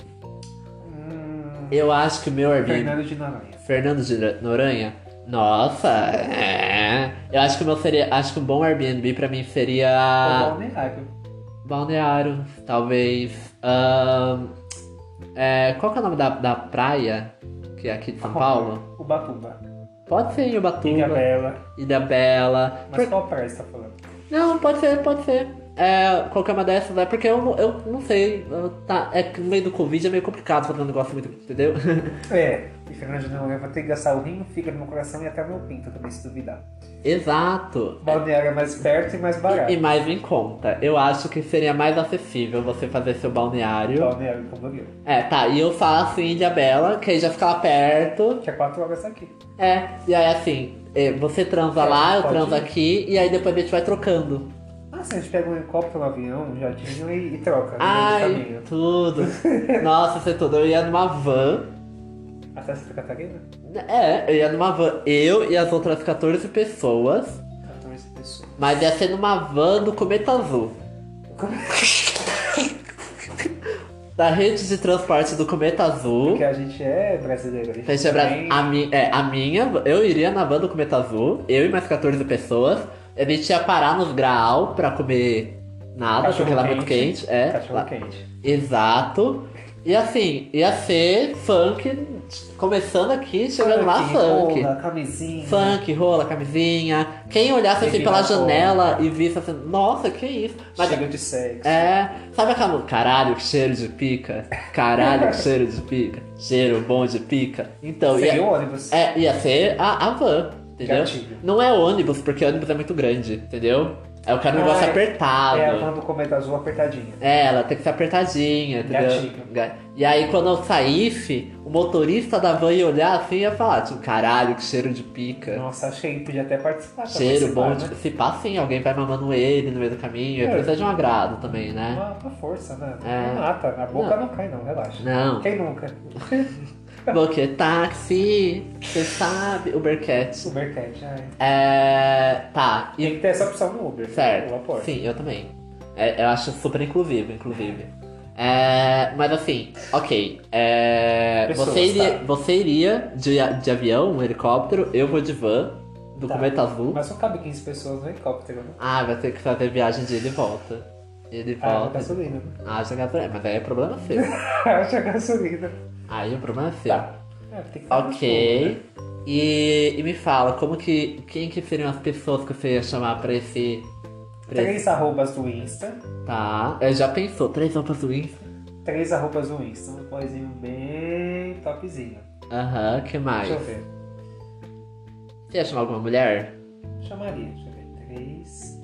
Speaker 2: Hum,
Speaker 1: Eu acho que o meu Airbnb.
Speaker 2: Fernando de Noronha.
Speaker 1: Fernando de Noranha? Nossa, é. Eu acho que o meu seria. Acho que um bom Airbnb pra mim
Speaker 2: Ah.
Speaker 1: seria.
Speaker 2: Balneário.
Speaker 1: Balneário, talvez. ahn, é, qual que é o nome da, da praia? Que é aqui de São Paulo?
Speaker 2: Ubatuba.
Speaker 1: Pode ser em Ubatuba,
Speaker 2: Ilhabela.
Speaker 1: Ilhabela.
Speaker 2: Mas qual praia você tá falando?
Speaker 1: Não, pode ser, pode ser. É, qualquer uma dessas, é porque eu, não- eu não sei. eu tá, é que no meio do Covid é meio complicado fazer um negócio muito. Entendeu? (laughs)
Speaker 2: É, e Fernando de Noronha vai ter que gastar o rim, o fígado, meu coração e até meu pinto também, se duvidar.
Speaker 1: Exato.
Speaker 2: Balneário é mais perto e mais barato.
Speaker 1: E mais em conta. Eu acho que seria mais acessível você fazer seu balneário.
Speaker 2: Balneário Camboriú.
Speaker 1: É, tá. E eu faço em Ilhabela, que aí já fica lá perto.
Speaker 2: Que é quatro horas daqui.
Speaker 1: É, e aí assim, é, você transa
Speaker 2: É,
Speaker 1: lá, eu
Speaker 2: pode
Speaker 1: transo
Speaker 2: ir.
Speaker 1: aqui, e aí depois a gente vai trocando.
Speaker 2: Ah, se a gente pega um helicóptero, um avião, um jatinho e, e troca. no meio do
Speaker 1: Ai,
Speaker 2: É caminho. (laughs)
Speaker 1: tudo. Nossa, isso é tudo. Eu ia numa van.
Speaker 2: Até Santa Catarina?
Speaker 1: É, eu ia numa van. Eu e as outras 14 pessoas.
Speaker 2: 14 pessoas.
Speaker 1: Mas ia ser numa van do Cometa
Speaker 2: (laughs)
Speaker 1: Azul. da rede de transporte do Cometa Azul.
Speaker 2: Porque a gente é brasileiro. A gente
Speaker 1: Festa Bra-
Speaker 2: tem-
Speaker 1: a, mi- é, a minha, eu iria na van do Cometa Azul, eu e mais 14 pessoas. A gente ia parar nos graal pra comer nada,
Speaker 2: Cachorro
Speaker 1: porque lá é
Speaker 2: quente.
Speaker 1: muito quente. É,
Speaker 2: Cachorro
Speaker 1: lá-
Speaker 2: quente.
Speaker 1: Exato. E assim, ia ser funk, começando aqui, chegando é lá, funk.
Speaker 2: rola, camisinha.
Speaker 1: Funk, rola, camisinha. Quem olhasse assim
Speaker 2: Bebida
Speaker 1: pela
Speaker 2: fora.
Speaker 1: janela e visse assim, nossa, que isso. Mas
Speaker 2: Chega de sexo.
Speaker 1: é, sabe aquela. Caralho, que cheiro de pica. Caralho, que cheiro de pica. Cheiro bom de pica. Então,
Speaker 2: Seria
Speaker 1: ia,
Speaker 2: o ônibus.
Speaker 1: é, ia ser a, a van, entendeu?
Speaker 2: Gatilho.
Speaker 1: Não é ônibus, porque ônibus é muito grande, entendeu? Eu quero um
Speaker 2: Ah,
Speaker 1: negócio
Speaker 2: é-
Speaker 1: apertado.
Speaker 2: É a van do cometa azul apertadinha.
Speaker 1: É, ela tem que ser apertadinha, entendeu?
Speaker 2: Gatilho.
Speaker 1: Ga- E aí quando eu saísse, o motorista da van ia olhar assim e ia falar, tipo, caralho, que cheiro de pica.
Speaker 2: Nossa, achei que podia até participar. pra
Speaker 1: É. Cheiro
Speaker 2: participar,
Speaker 1: bom,
Speaker 2: né?
Speaker 1: tipo, se passa sim, alguém vai mamando ele no meio do caminho, é.
Speaker 2: É.
Speaker 1: precisa de um agrado também, né?
Speaker 2: Uma, uma força, né?
Speaker 1: É.
Speaker 2: Não mata. A boca não. cai, não. Relaxa.
Speaker 1: Não.
Speaker 2: Quem tá- nunca? (laughs)
Speaker 1: Porque táxi, você sabe, Ubercat.
Speaker 2: Supercat, ai.
Speaker 1: É. Tá, e.
Speaker 2: Tem que ter essa opção no Uber.
Speaker 1: Certo.
Speaker 2: No vapor.
Speaker 1: Sim, eu também. É, eu acho super inclusivo, inclusive. É, mas assim, ok. é,
Speaker 2: Pessoas,
Speaker 1: você, iria,
Speaker 2: tá.
Speaker 1: você iria de, a- de avião, um helicóptero, eu vou de van, do
Speaker 2: Tá.
Speaker 1: cometa azul.
Speaker 2: Mas só cabe 15 pessoas no helicóptero, né?
Speaker 1: Ah, vai ter que fazer viagem de ida e volta. Ida e
Speaker 2: Ah,
Speaker 1: volta.
Speaker 2: gasolina. né? (laughs)
Speaker 1: Ah, já gasolina. Mas aí é problema seu.
Speaker 2: Haja gasolina.
Speaker 1: aí o problema é seu.
Speaker 2: Tá. É, tem que ficar né?
Speaker 1: Ok. E, e me fala, como que. Quem que seriam as pessoas que você ia chamar pra esse. Pra esse
Speaker 2: Três arrobas do Insta.
Speaker 1: tá. Eu já pensou, três roupas do Insta.
Speaker 2: Três arrobas do Insta. Um boyzinho bem topzinho.
Speaker 1: Aham, que mais?
Speaker 2: Deixa eu ver.
Speaker 1: Você ia chamar alguma mulher?
Speaker 2: Chamaria, deixa eu ver. Três.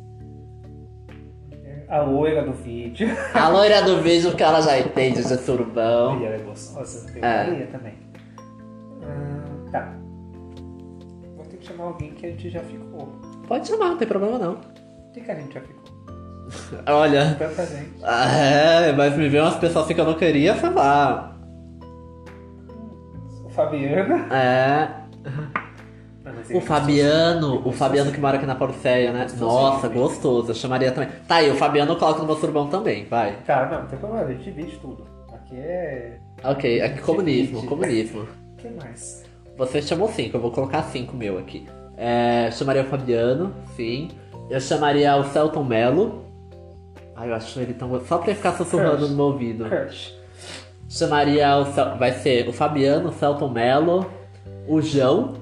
Speaker 2: A loira do vídeo.
Speaker 1: A loira do vídeo que ela já entende de surubão.
Speaker 2: E ela é gostosa. Eu
Speaker 1: Então, É.
Speaker 2: faria também. Hum, tá. Vou ter que chamar alguém que a gente já ficou.
Speaker 1: Pode chamar, não tem problema não.
Speaker 2: O que, que a gente já ficou?
Speaker 1: Olha.
Speaker 2: Tanta gente.
Speaker 1: É, mas me veio umas pessoas assim que eu não queria falar.
Speaker 2: O Fabiano.
Speaker 1: É.
Speaker 2: Não, mas
Speaker 1: O
Speaker 2: ele-
Speaker 1: Fabiano, o Fabiano que mora aqui na Pauliceia, né? Nossa, gostoso. Eu chamaria também. Tá aí, o Fabiano eu coloco no meu surubão também, vai.
Speaker 2: Tá, não, não tem problema, a gente divide tudo. Aqui é.
Speaker 1: Ok, aqui comunismo,
Speaker 2: Divide.
Speaker 1: comunismo.
Speaker 2: O que mais?
Speaker 1: Você chamou cinco, eu vou colocar cinco meu aqui. É, eu chamaria o Fabiano, sim. Eu chamaria o Celton Mello. Ai, eu acho ele tão. go- Só pra ele ficar sussurrando no meu ouvido.
Speaker 2: Crush.
Speaker 1: Chamaria o. Cel- Vai ser o Fabiano, o Celton Mello, o João.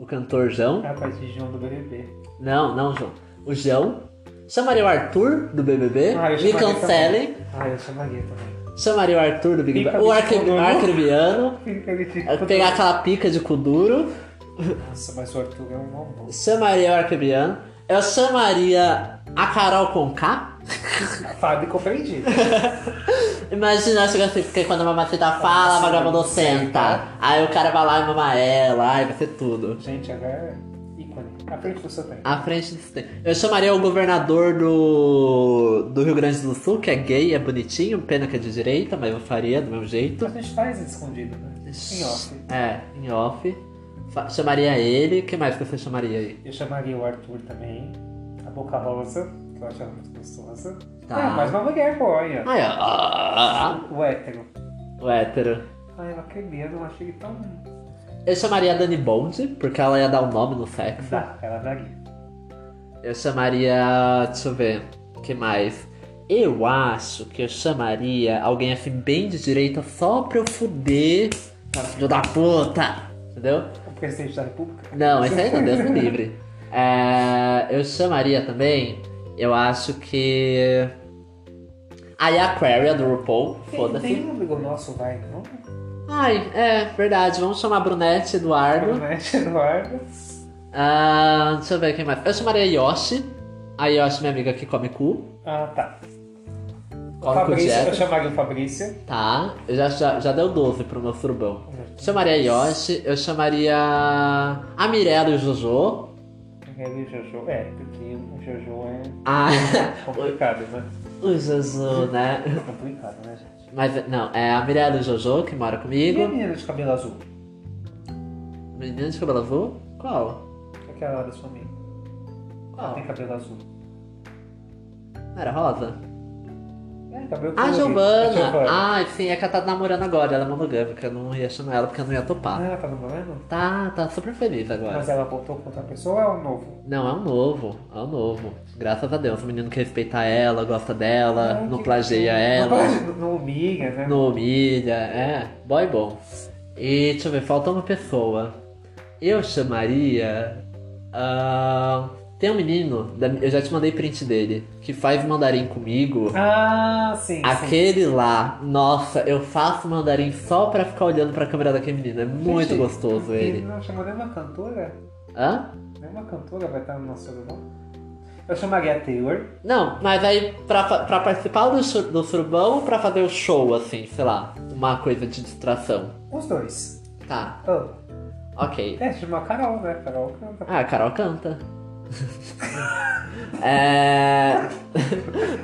Speaker 1: O cantor João.
Speaker 2: A parte de João do BBB.
Speaker 1: Não, não, João. O João. Chamaria o Arthur do BBB.
Speaker 2: Ah, eu
Speaker 1: me
Speaker 2: chamaria
Speaker 1: cancelem.
Speaker 2: Ah, eu chamaria também.
Speaker 1: Chamaria o Arthur do Big
Speaker 2: Pica né?
Speaker 1: Brother. O
Speaker 2: de cu duro.
Speaker 1: Arcreviano.
Speaker 2: Fica ele de
Speaker 1: Pegar aquela pica de cu duro.
Speaker 2: tipo, Nossa, mas o Arthur é um mamão.
Speaker 1: Chamaria o Arcreviano. Eu chamaria a Carol Conká.
Speaker 2: Fábio compreendido.
Speaker 1: Imagina, chega assim, porque quando a mamacita fala, a vagabundo senta.
Speaker 2: tá?
Speaker 1: Aí o cara vai lá e mama ela. Ai, vai ser tudo.
Speaker 2: Gente, ela é ícone. À frente do seu tempo.
Speaker 1: À frente disso tem. Eu chamaria o governador do, do Rio Grande do Sul, que é gay, é bonitinho, pena que é de direita, mas eu faria do meu jeito.
Speaker 2: A gente faz isso escondido, né? Em off.
Speaker 1: É, em off. Fa- Chamaria ele. que mais que você chamaria aí?
Speaker 2: Eu chamaria o Arthur também. A Boca Rosa, que eu acho ela muito gostosa.
Speaker 1: Tá.
Speaker 2: Ah, mais uma mulher, pô, olha.
Speaker 1: Ai, ó, ó, ó,
Speaker 2: O hétero.
Speaker 1: ó, o hétero.
Speaker 2: Ai, ela cremeando, eu achei ele tão.
Speaker 1: Eu chamaria a Dani Bond, porque ela ia dar o nome no sexo.
Speaker 2: Dá, ela daria.
Speaker 1: Eu chamaria. Deixa eu ver. que mais? Eu acho que eu chamaria alguém assim bem de direita só pra eu fuder. Tá, filho da puta! Entendeu?
Speaker 2: O presidente da República?
Speaker 1: Não, esse aí não, é Deus me livre. É, eu chamaria também, eu acho que. Aí a Aquaria do RuPaul,
Speaker 2: Tem,
Speaker 1: foda-se.
Speaker 2: tem um amigo nosso, vai, não?
Speaker 1: Ai, é, verdade, vamos chamar Brunette Eduardo.
Speaker 2: Promete, Eduardo.
Speaker 1: Ah, deixa eu ver quem mais. Eu chamaria Yoshi. A Yoshi, minha amiga que come cu.
Speaker 2: Ah, tá. O
Speaker 1: Come cu
Speaker 2: Fabrício, eu
Speaker 1: é dieta.
Speaker 2: chamaria o Fabrício.
Speaker 1: Tá, eu já, já, já deu 12 pro meu surubão. Chamaria Yoshi, eu chamaria. A Mirella e o Jojo.
Speaker 2: E o Jojo, é, porque o Jojo é
Speaker 1: Ah, (laughs)
Speaker 2: complicado, né?
Speaker 1: o Jojo, né?
Speaker 2: É complicado, né, gente?
Speaker 1: Mas não, é a Mirella do Jojo que mora
Speaker 2: E a
Speaker 1: comigo.
Speaker 2: menina de cabelo azul?
Speaker 1: Menina de cabelo azul? Qual?
Speaker 2: Aquela da sua amiga.
Speaker 1: Qual?
Speaker 2: Tem cabelo azul.
Speaker 1: Não era rosa?
Speaker 2: É, cabelo
Speaker 1: A
Speaker 2: colorido.
Speaker 1: Giovana!
Speaker 2: Giovana.
Speaker 1: Ai, sim, é que ela tá namorando agora, ela é monogâmica, eu não ia chamar ela porque eu não ia
Speaker 2: Ah,
Speaker 1: topar.
Speaker 2: ela tá no problema?
Speaker 1: Tá, tá super feliz agora.
Speaker 2: Mas ela voltou com outra pessoa ou é um novo?
Speaker 1: Não, é um novo, é um novo. Graças a Deus, o menino que respeita ela, gosta dela, não
Speaker 2: que-
Speaker 1: plageia
Speaker 2: Não,
Speaker 1: ela,
Speaker 2: plageia, não humilha, né?
Speaker 1: não humilha, é, boy bom. E deixa eu ver, falta uma pessoa. Eu chamaria. ah, tem um menino, da- eu já te mandei print dele, que faz mandarim comigo.
Speaker 2: Ah, sim, sim.
Speaker 1: Aquele lá, nossa, eu faço mandarim só pra ficar olhando pra câmera daquele menino. É muito
Speaker 2: Gente,
Speaker 1: gostoso
Speaker 2: E
Speaker 1: ele.
Speaker 2: não chamou nenhuma cantora?
Speaker 1: Hã?
Speaker 2: Nenhuma cantora vai estar no nosso surubão? Eu chamaria a Taylor.
Speaker 1: Não, mas aí pra, fa- pra participar do, sur- do surubão ou pra fazer o show, assim, sei lá, uma coisa de distração.
Speaker 2: Os dois.
Speaker 1: Tá,
Speaker 2: Ah,
Speaker 1: ok.
Speaker 2: é, chamou a Carol, né? Carol canta.
Speaker 1: Ah, a Carol
Speaker 2: (laughs)
Speaker 1: canta. é...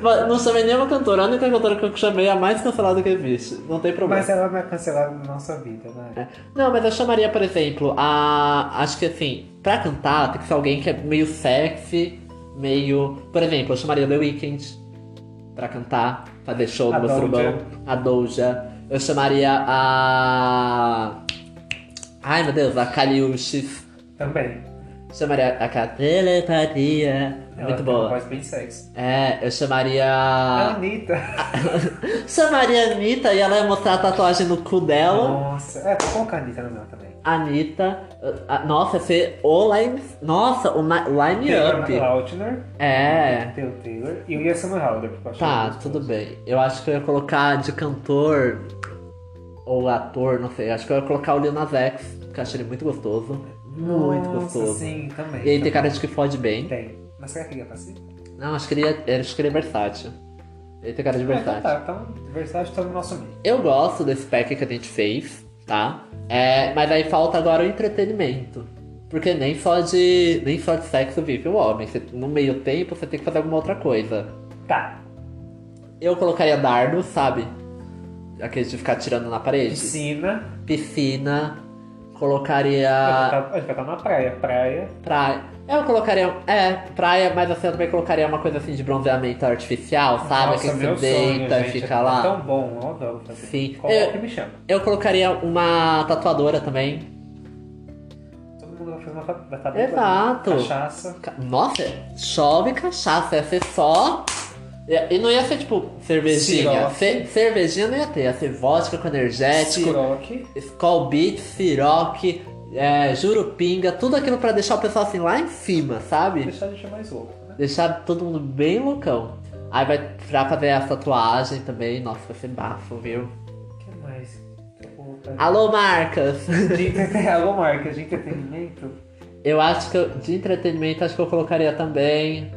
Speaker 1: Mas não chamei nenhuma cantora, a única cantora que eu chamei é a mais cancelada que existe. Não tem problema.
Speaker 2: Mas ela não é cancelada na nossa vida, né?
Speaker 1: Não, mas eu chamaria, por exemplo, a. Acho que assim, pra cantar, tem que ser alguém que é meio sexy, meio. Por exemplo, eu chamaria The Weeknd. pra cantar, fazer show
Speaker 2: A
Speaker 1: no meu
Speaker 2: Doja.
Speaker 1: surubão. A Doja. Eu chamaria a. Ai meu Deus, a Kaliushis.
Speaker 2: Também.
Speaker 1: Chamaria a Catelepatia. É
Speaker 2: Ela
Speaker 1: muito
Speaker 2: tem uma
Speaker 1: boa. Ah.
Speaker 2: voz bem sexy.
Speaker 1: É, eu chamaria.
Speaker 2: A Anitta.
Speaker 1: Chamaria a Anitta e ela ia mostrar a tatuagem no cu dela.
Speaker 2: Nossa. É, vou colocar a Anitta no meu também.
Speaker 1: Anitta. a- a- Nossa, ser o Line. Nossa, o na- Line Up.
Speaker 2: Lautner,
Speaker 1: É.
Speaker 2: Theo Taylor e o Ian Somerhalder, porque eu acho
Speaker 1: Tá,
Speaker 2: muito
Speaker 1: tudo bem. Eu acho que eu ia colocar de cantor ou ator, não sei. Acho que eu ia colocar o Lil Nas X, porque eu acho ele muito gostoso. Muito
Speaker 2: Nossa,
Speaker 1: gostoso.
Speaker 2: Sim, também.
Speaker 1: E ele tem
Speaker 2: também.
Speaker 1: cara de que fode bem.
Speaker 2: Tem. Mas será que ele é passivo?
Speaker 1: Não, acho que ele é, acho que ele é versátil. Ele tem cara de
Speaker 2: Então
Speaker 1: versátil.
Speaker 2: tá, então Versace tá no nosso meio.
Speaker 1: Eu gosto desse pack que a gente fez, tá? É, mas aí falta agora o entretenimento. Porque nem só de, nem só de sexo vive o homem. Você- no meio tempo você tem que fazer alguma outra coisa.
Speaker 2: Tá.
Speaker 1: Eu colocaria dardo, sabe? Aquele de ficar tirando na parede.
Speaker 2: Piscina.
Speaker 1: piscina,
Speaker 2: A
Speaker 1: colocaria
Speaker 2: gente vai estar na praia. Praia.
Speaker 1: praia. Eu colocaria, é, praia, mas assim, eu também colocaria uma coisa assim de bronzeamento artificial, sabe?
Speaker 2: Nossa,
Speaker 1: que
Speaker 2: meu
Speaker 1: se deita
Speaker 2: sonho,
Speaker 1: e
Speaker 2: gente.
Speaker 1: fica lá.
Speaker 2: É tão bom, eu adoro fazer.
Speaker 1: Sim.
Speaker 2: Qual é
Speaker 1: Eu-
Speaker 2: que me chama?
Speaker 1: Eu colocaria uma tatuadora também.
Speaker 2: Todo mundo vai fazer uma fa- vai estar bem
Speaker 1: Exato.
Speaker 2: bom. Cachaça.
Speaker 1: Ca- Nossa, chove cachaça, ia ser só. E e não ia ser tipo cervejinha.
Speaker 2: Siroque.
Speaker 1: Ce- cervejinha não ia ter, ia ser vodka com energético,
Speaker 2: Siroque.
Speaker 1: Skull Beat, Siroc, é, Jurupinga, tudo aquilo pra deixar o pessoal assim lá em cima, sabe?
Speaker 2: Deixar a gente mais louco, né?
Speaker 1: Deixar todo mundo bem loucão. Aí vai pra fazer a tatuagem também. Nossa, vai ser bafo, viu?
Speaker 2: O que mais? que eu vou colocar?
Speaker 1: Alô, marcas! (laughs)
Speaker 2: De (laughs) entretenimento. Alô, marca, de entretenimento.
Speaker 1: Eu acho que eu- de entretenimento, acho que eu colocaria também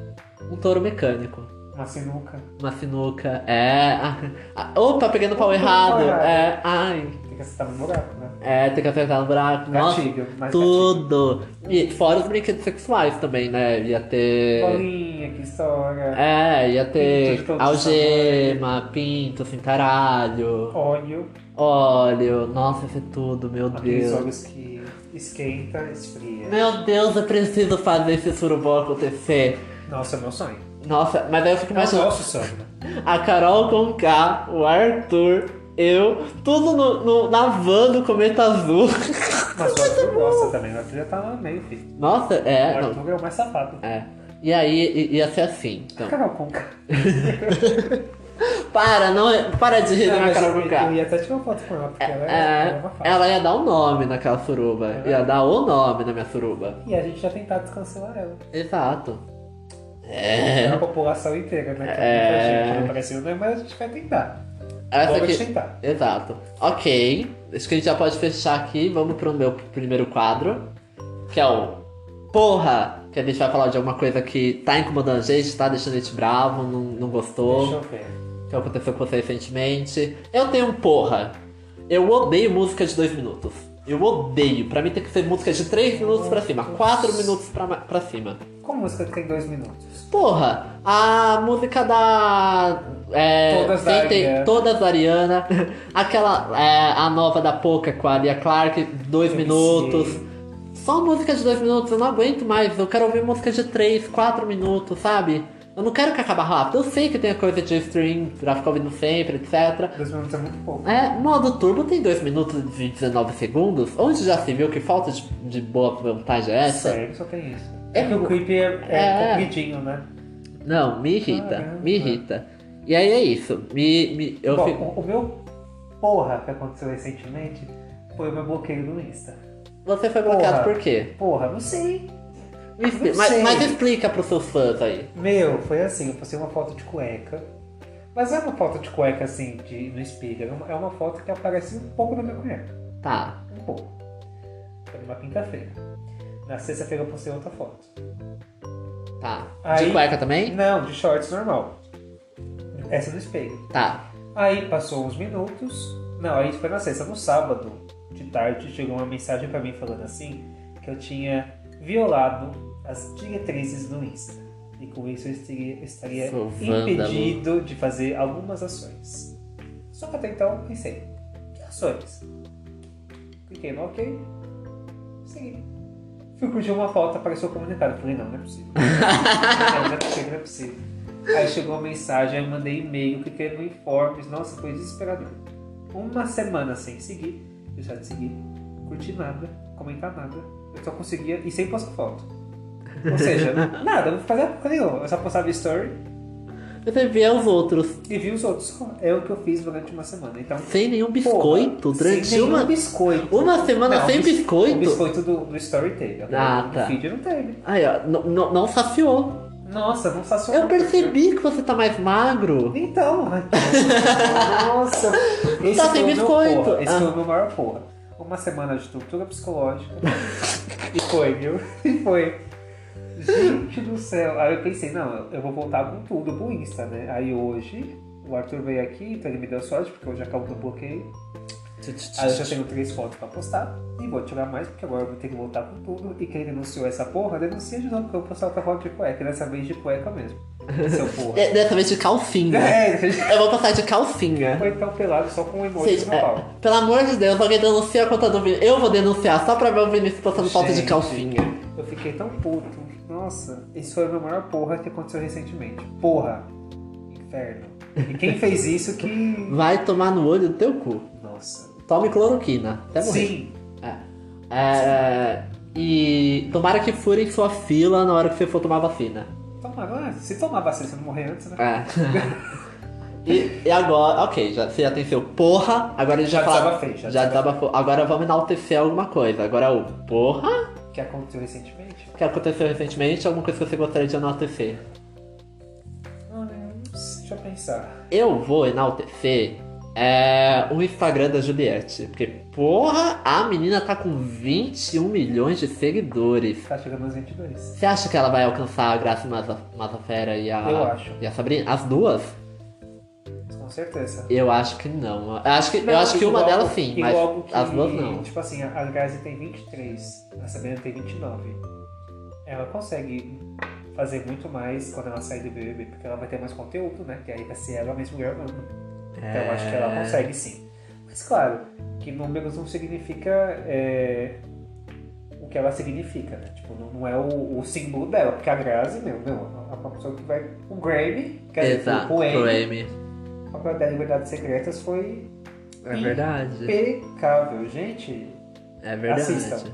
Speaker 1: um touro mecânico.
Speaker 2: Uma sinuca.
Speaker 1: Uma sinuca. É. ah, ah, opa, peguei no pau errado. É. Ai.
Speaker 2: Tem que acertar no buraco, né?
Speaker 1: É, tem que acertar no buraco. Nossa,
Speaker 2: Gatilho. Mais gatilho.
Speaker 1: tudo. E fora os brinquedos sexuais também, né? Ia ter.
Speaker 2: Bolinha, que estoura.
Speaker 1: É, ia ter
Speaker 2: Pinto de todos os
Speaker 1: algema, pinto, cintaralho.
Speaker 2: Óleo.
Speaker 1: Óleo, nossa, isso é tudo, meu
Speaker 2: Aqueles
Speaker 1: Deus. Né?
Speaker 2: olhos que esquenta, esfria.
Speaker 1: Meu Deus, eu preciso fazer esse surubom acontecer.
Speaker 2: Nossa, é meu sonho.
Speaker 1: Nossa, mas aí eu fico
Speaker 2: É o
Speaker 1: imaginando
Speaker 2: nosso sonho. né?
Speaker 1: a Carol com K, o Arthur, eu, tudo no, no- na van do Cometa Azul. (laughs)
Speaker 2: Mas o Arthur gosta também. O Arthur já tá no meio, filho.
Speaker 1: Nossa,
Speaker 2: O
Speaker 1: é, não,
Speaker 2: Arthur é o mais safado.
Speaker 1: é. E aí i- ia ser assim. Então.
Speaker 2: Carol Conca.
Speaker 1: Para, não, é- para de rir da minha Carol com
Speaker 2: Ah, eu
Speaker 1: K.
Speaker 2: ia até tirar uma foto com ela, porque ela é,
Speaker 1: É,
Speaker 2: uma fada.
Speaker 1: ela ia dar um nome naquela
Speaker 2: É
Speaker 1: suruba. Ia dar o nome na minha suruba.
Speaker 2: E a gente já tentar descancelar ela.
Speaker 1: Exato.
Speaker 2: É. A população inteira, né?
Speaker 1: É.
Speaker 2: Que é. muita gente não apareceu, né? Mas a gente vai tentar.
Speaker 1: Essa
Speaker 2: Vamos
Speaker 1: aqui,
Speaker 2: tentar.
Speaker 1: Exato. Ok. Acho que a gente já pode fechar aqui. Vamos pro meu primeiro quadro. Que é o Porra! Que a gente vai falar de alguma coisa que tá incomodando a gente, tá deixando a gente bravo, não, não
Speaker 2: Deixa
Speaker 1: gostou,
Speaker 2: eu ver.
Speaker 1: que aconteceu com você recentemente. Eu tenho um porra. Eu odeio música de dois minutos. Eu odeio. Pra mim tem que ser música de três minutos pra cima, quatro minutos pra, ma- pra cima.
Speaker 2: Qual música que tem dois minutos?
Speaker 1: Porra, a música da. É,
Speaker 2: Todas da
Speaker 1: tem- tem-
Speaker 2: Ariana.
Speaker 1: todas da Ariana. (laughs) Aquela. é, a nova da Poca com a Alia Clark, dois
Speaker 2: MC.
Speaker 1: minutos. Só música de dois minutos, eu não aguento mais. Eu quero ouvir música de três, quatro minutos, sabe? Eu não quero que acabe rápido. Eu sei que tem a coisa de stream pra ficar ouvindo sempre, etc.
Speaker 2: Dois minutos é muito pouco.
Speaker 1: É, modo turbo tem dois minutos e 19 segundos. Onde já se viu que falta de, de boa vontade é essa?
Speaker 2: Sério, só tem isso.
Speaker 1: É
Speaker 2: É que o clipe é,
Speaker 1: É.
Speaker 2: é, compridinho, né?
Speaker 1: Não, me irrita,
Speaker 2: Caramba.
Speaker 1: me irrita. E aí é isso. Me, me, eu
Speaker 2: Bom,
Speaker 1: fico.
Speaker 2: o, o meu porra que aconteceu recentemente foi o meu bloqueio no Insta.
Speaker 1: Você foi bloqueado
Speaker 2: porra.
Speaker 1: por quê?
Speaker 2: Porra, não sei.
Speaker 1: Me expli-
Speaker 2: Não
Speaker 1: mas,
Speaker 2: sei.
Speaker 1: mas explica pros seus fãs aí.
Speaker 2: Meu, foi assim, eu postei uma foto de cueca. Mas não é uma foto de cueca assim, de, no espelho. É uma, é uma foto que aparece um pouco da minha cueca.
Speaker 1: Tá.
Speaker 2: Um pouco. Foi numa quinta-feira. Na sexta-feira eu postei outra foto.
Speaker 1: Tá. De
Speaker 2: Aí-
Speaker 1: cueca também?
Speaker 2: Não, de shorts normal. Essa é no espelho.
Speaker 1: Tá.
Speaker 2: Aí passou uns minutos. Não, aí foi na sexta, no sábado, de tarde, chegou uma mensagem pra mim falando assim que eu tinha violado as diretrizes do Insta. E com isso eu estaria, eu estaria
Speaker 1: Sou vândalo.
Speaker 2: impedido de fazer algumas ações. Só que até então eu pensei, que ações? Cliquei no OK, segui. Fui curtir uma foto, apareceu o comunicado. Falei, não, não é possível. não, não é possível, não é possível. Aí chegou uma mensagem, eu mandei e-mail que querendo informes. Nossa, foi desesperador. Uma semana sem seguir, deixar de seguir, curtir nada, comentar nada. Eu só conseguia e sem postar foto.
Speaker 1: (laughs)
Speaker 2: Ou seja, nada, não fazia porra nenhuma. Eu só postava story
Speaker 1: Você vê os outros
Speaker 2: e via os outros. só. É o que eu fiz durante uma semana. Então,
Speaker 1: sem nenhum biscoito
Speaker 2: porra,
Speaker 1: durante
Speaker 2: sem nenhum
Speaker 1: uma.
Speaker 2: biscoito. um
Speaker 1: Uma semana sem
Speaker 2: bis-
Speaker 1: biscoito?
Speaker 2: O biscoito do, do story teve.
Speaker 1: Ah,
Speaker 2: o
Speaker 1: tá.
Speaker 2: feed não teve.
Speaker 1: Aí, ó, n- n- não saciou.
Speaker 2: Nossa, não saciou.
Speaker 1: Eu percebi que você tá mais magro.
Speaker 2: Então,
Speaker 1: (laughs)
Speaker 2: nossa, esse
Speaker 1: Tá
Speaker 2: foi
Speaker 1: sem
Speaker 2: o meu
Speaker 1: biscoito.
Speaker 2: porra. Esse
Speaker 1: Ah.
Speaker 2: foi o meu maior porra. Uma semana de tortura psicológica. e foi, viu? E foi. Gente do céu. Aí eu pensei, não, eu vou voltar com tudo pro Insta, né? Aí hoje, o Arthur veio aqui, então ele me deu sorte, porque hoje acabou que eu bloqueio. Aí eu já tenho três fotos pra postar. E vou tirar mais, porque agora eu vou ter que voltar com tudo. E quem denunciou essa porra, denuncia de novo, porque eu vou postar outra foto de cueca. Dessa vez de cueca mesmo. Seu
Speaker 1: (laughs)
Speaker 2: porra.
Speaker 1: É, Dessa vez de
Speaker 2: (laughs)
Speaker 1: calcinha.
Speaker 2: É, deixa
Speaker 1: Eu vou passar de calcinha.
Speaker 2: Ou então pelado só com um
Speaker 1: Ou
Speaker 2: emoji
Speaker 1: seja,
Speaker 2: no
Speaker 1: é,
Speaker 2: pau.
Speaker 1: pelo amor de Deus, alguém denuncia a conta do Vinícius. Eu vou denunciar só pra ver o Vinícius postando foto de
Speaker 2: Gente.
Speaker 1: calcinha.
Speaker 2: Eu fiquei tão puto. Nossa, isso foi a minha maior porra que aconteceu recentemente. Porra. Inferno. E quem fez isso que.
Speaker 1: Vai tomar no olho do teu cu.
Speaker 2: Nossa.
Speaker 1: Tome cloroquina. Até morrer.
Speaker 2: Sim.
Speaker 1: É, e tomara que furem sua fila na hora que você for tomar vacina.
Speaker 2: Tomar, ah, se tomar vacina, você não morrer antes, né? (laughs)
Speaker 1: É. e, e agora, ok, já, você já tem seu porra, agora ele já
Speaker 2: Já
Speaker 1: fala-
Speaker 2: desabafei, já
Speaker 1: já desabafou. Agora vamos enaltecer alguma coisa. Agora o porra
Speaker 2: O que aconteceu recentemente?
Speaker 1: que aconteceu recentemente, alguma coisa que você gostaria de enaltecer.
Speaker 2: Não, né? Deixa eu pensar.
Speaker 1: Eu vou enaltecer é, o Instagram da Juliette. Porque, porra, a menina tá com 21 milhões de seguidores.
Speaker 2: Tá chegando aos 22.
Speaker 1: Você acha que ela vai alcançar a Graça Massa- Massafera e a,
Speaker 2: Eu acho.
Speaker 1: e a Sabrina? As duas?
Speaker 2: Com certeza.
Speaker 1: Eu acho que não. Eu acho que,
Speaker 2: Não,
Speaker 1: eu acho que uma
Speaker 2: igual-
Speaker 1: delas sim, mas
Speaker 2: igual que-
Speaker 1: as duas não.
Speaker 2: Tipo assim, a Grazi tem 23, a Sabrina tem 29. Ela consegue fazer muito mais quando ela sair do BBB, porque ela vai ter mais conteúdo, né? Que aí vai ser ela mesmo gravando. Então eu acho que
Speaker 1: É.
Speaker 2: ela consegue sim. Mas claro, que números não significa é, o que ela significa, né? Tipo, não, não é o, o símbolo dela, porque a Grazi, meu, meu, é uma pessoa que vai com o Grammy, quer dizer,
Speaker 1: Exato,
Speaker 2: com o Emmy,
Speaker 1: M.
Speaker 2: o papel da Liberdades Secretas foi
Speaker 1: É verdade.
Speaker 2: impecável, gente.
Speaker 1: É verdade.
Speaker 2: Assistam.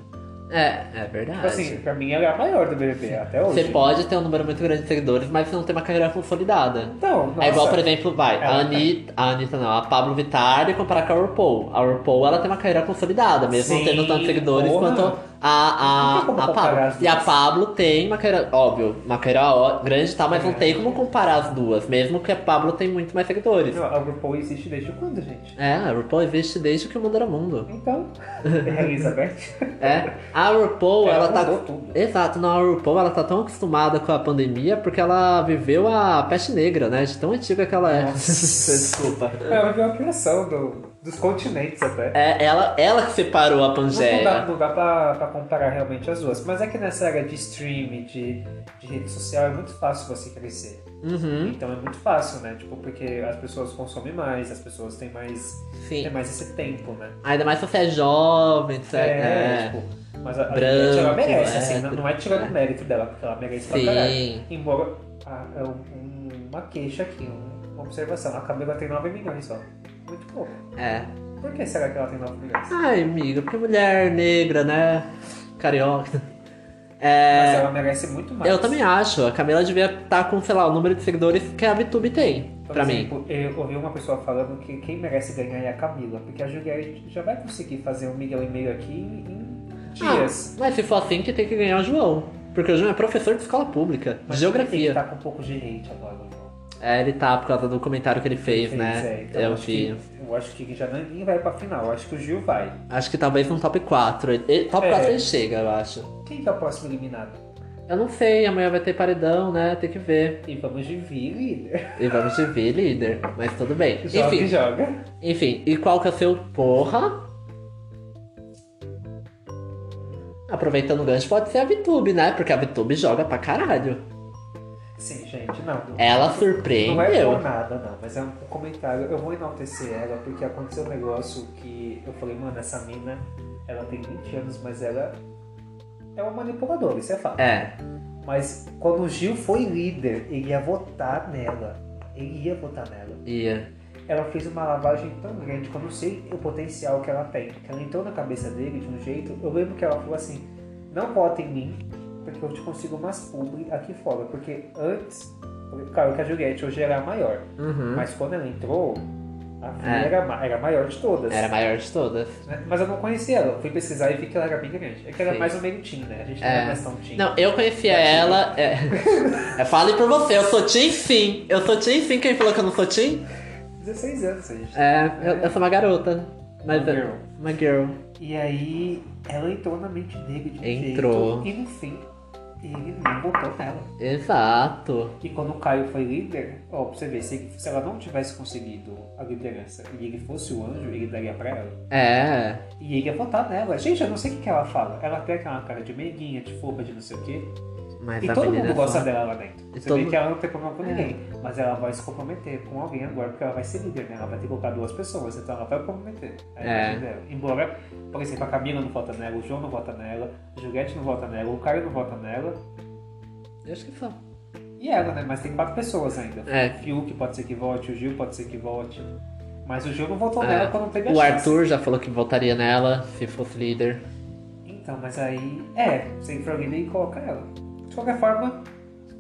Speaker 1: É, é
Speaker 2: Tipo
Speaker 1: verdade.
Speaker 2: assim, pra mim ela é a maior do BBB até
Speaker 1: você
Speaker 2: hoje.
Speaker 1: pode ter um número muito grande de seguidores, mas você não tem uma carreira consolidada.
Speaker 2: Então, nossa,
Speaker 1: É igual, por exemplo, vai, a
Speaker 2: Ela-
Speaker 1: Anitta, a Anitta não, a Pablo Vittar e comparar com a RuPaul. A RuPaul, ela tem uma carreira consolidada, mesmo não
Speaker 2: Sim,
Speaker 1: tendo tantos seguidores
Speaker 2: porra.
Speaker 1: quanto a, a,
Speaker 2: Não tem como
Speaker 1: a
Speaker 2: comparar
Speaker 1: Pablo.
Speaker 2: as
Speaker 1: E a
Speaker 2: duas.
Speaker 1: Pablo tem uma carreira, óbvio, uma carreira ó- grande e tal, mas não
Speaker 2: É.
Speaker 1: tem como comparar as duas, mesmo que a Pablo tem muito mais seguidores.
Speaker 2: A RuPaul existe desde quando, gente?
Speaker 1: É, a RuPaul existe desde que o mundo era mundo. (laughs)
Speaker 2: Então, é a Elizabeth.
Speaker 1: É, a RuPaul, ela, tá. (laughs)
Speaker 2: mudou tudo.
Speaker 1: Exato, não, a RuPaul ela tá tão acostumada com a pandemia porque ela viveu a peste negra, né? De tão antiga que ela é. (laughs) Desculpa.
Speaker 2: Ela viveu a criação do, dos continentes até.
Speaker 1: É ela, ela que separou a
Speaker 2: Não dá,
Speaker 1: Pangea.
Speaker 2: não dá pra, pra comparar realmente as duas. Mas é que nessa era de stream, de, de rede social, é muito fácil você crescer.
Speaker 1: Uhum,
Speaker 2: Então é muito fácil, né? Tipo, porque as pessoas consomem mais, as pessoas têm mais, têm
Speaker 1: sim.
Speaker 2: mais esse tempo, né?
Speaker 1: Ainda mais se você é jovem, etc.
Speaker 2: É,
Speaker 1: É,
Speaker 2: tipo, mas a, a
Speaker 1: Branco,
Speaker 2: Juliette, ela merece,
Speaker 1: é,
Speaker 2: assim, não, não é tirando o mérito dela, porque ela merece tipo, pra caralho.
Speaker 1: Sim.
Speaker 2: Embora, ah, é um- uma queixa aqui, um- uma observação, a Camila tem 9 milhões só. Muito pouco.
Speaker 1: É.
Speaker 2: Por que será que ela tem 9 milhões?
Speaker 1: Ai, amiga, porque mulher negra, né? Carioca.
Speaker 2: Mas
Speaker 1: É.
Speaker 2: ela merece muito mais.
Speaker 1: Eu também acho. A Camila devia estar com, sei lá, o número de seguidores que a VTube tem,
Speaker 2: Por
Speaker 1: pra mim.
Speaker 2: exemplo, Eu ouvi uma pessoa falando que quem merece ganhar é a Camila, porque a Juliette já vai conseguir fazer um milhão e meio aqui em em dias.
Speaker 1: Ah, mas se for assim, que tem que ganhar o João. Porque o João é professor de escola pública, de
Speaker 2: Mas Tem que
Speaker 1: geografia.
Speaker 2: estar com um pouco de hate agora, João.
Speaker 1: É, ele tá por causa do comentário que ele fez, né?
Speaker 2: É, então
Speaker 1: eu
Speaker 2: acho
Speaker 1: vi.
Speaker 2: Que, eu acho que já não- nem vai pra final. Eu acho que o Gil vai.
Speaker 1: Acho que talvez um top 4. Ele- ele- top
Speaker 2: É.
Speaker 1: 4 ele chega, eu acho.
Speaker 2: Quem que é o próximo eliminado?
Speaker 1: Eu não sei, amanhã vai ter paredão, né? Tem que ver.
Speaker 2: E vamos de Vi, líder.
Speaker 1: E vamos te ver, líder. Mas tudo bem.
Speaker 2: Joga e
Speaker 1: Enfim,
Speaker 2: joga.
Speaker 1: enfim, e qual que é o seu porra? Aproveitando o gancho, pode ser a VTube, né? Porque a VTube joga pra caralho.
Speaker 2: Sim, gente, não. não-
Speaker 1: Ela
Speaker 2: Não é por
Speaker 1: surpreendeu.
Speaker 2: nada, não, mas é um comentário. Eu vou enaltecer ela porque aconteceu um negócio que eu falei, mano, essa mina, ela tem 20 anos, mas ela é uma manipuladora, isso é fato.
Speaker 1: É,
Speaker 2: Mas quando o Gil foi líder, ele ia votar nela. Ele ia votar nela.
Speaker 1: Ia.
Speaker 2: Ela fez uma lavagem tão grande que eu não sei o potencial que ela tem. Que ela entrou na cabeça dele de um jeito. Eu lembro que ela falou assim: não vota em mim, porque eu te consigo mais publi aqui fora. Porque antes. Claro que a Juliette hoje era a maior.
Speaker 1: Uhum.
Speaker 2: Mas quando ela entrou, a filha
Speaker 1: É.
Speaker 2: era, ma- era a maior de todas.
Speaker 1: Era a maior de todas.
Speaker 2: né? Mas eu não conhecia ela. Eu Fui pesquisar e vi que ela era bem grande. É que
Speaker 1: Sim.
Speaker 2: ela era mais um meio teen, né? A gente não
Speaker 1: É.
Speaker 2: era mais tão teen.
Speaker 1: Não, eu conhecia ela. É, (laughs) é, fale por você, eu sou Tim Sim. Eu sou Tim Sim, quem falou que eu não sou Tim?
Speaker 2: 16 anos, a gente.
Speaker 1: É, eu, eu sou uma garota. Mas é
Speaker 2: Uma girl.
Speaker 1: Uma girl.
Speaker 2: E aí, ela entrou na mente dele de um
Speaker 1: Entrou.
Speaker 2: jeito. E no fim, ele não botou nela.
Speaker 1: Exato.
Speaker 2: E quando o Caio foi líder, ó, pra você ver, se, se ela não tivesse conseguido a liderança e ele fosse o anjo, ele daria pra ela.
Speaker 1: É.
Speaker 2: E ele ia votar nela. Gente, eu não sei o que, que ela fala. Ela tem aquela cara de meiguinha, de fofa, de não sei o quê.
Speaker 1: Mas
Speaker 2: E
Speaker 1: a
Speaker 2: todo
Speaker 1: menina
Speaker 2: mundo
Speaker 1: é só-
Speaker 2: gosta dela lá dentro. Você
Speaker 1: todo
Speaker 2: vê
Speaker 1: mundo- É.
Speaker 2: que ela não tem problema com ninguém. Mas ela vai se comprometer com alguém agora, porque ela vai ser líder, né? Ela vai ter que colocar duas pessoas, então ela vai comprometer a
Speaker 1: É.
Speaker 2: imagem dela. Embora, por exemplo, a Camila não vota nela, o João não vota nela, o Juliette não vota nela, o Caio não vota nela,
Speaker 1: Eu acho que é só.
Speaker 2: e ela, né? Mas tem quatro pessoas ainda.
Speaker 1: É.
Speaker 2: O Fiuk pode ser que vote, o Gil pode ser que vote. Mas o Gil não votou
Speaker 1: É.
Speaker 2: nela quando teve a
Speaker 1: O
Speaker 2: chance.
Speaker 1: Arthur já falou que votaria nela se fosse líder.
Speaker 2: Então, mas aí. É, sem frogina e coloca ela. De qualquer forma,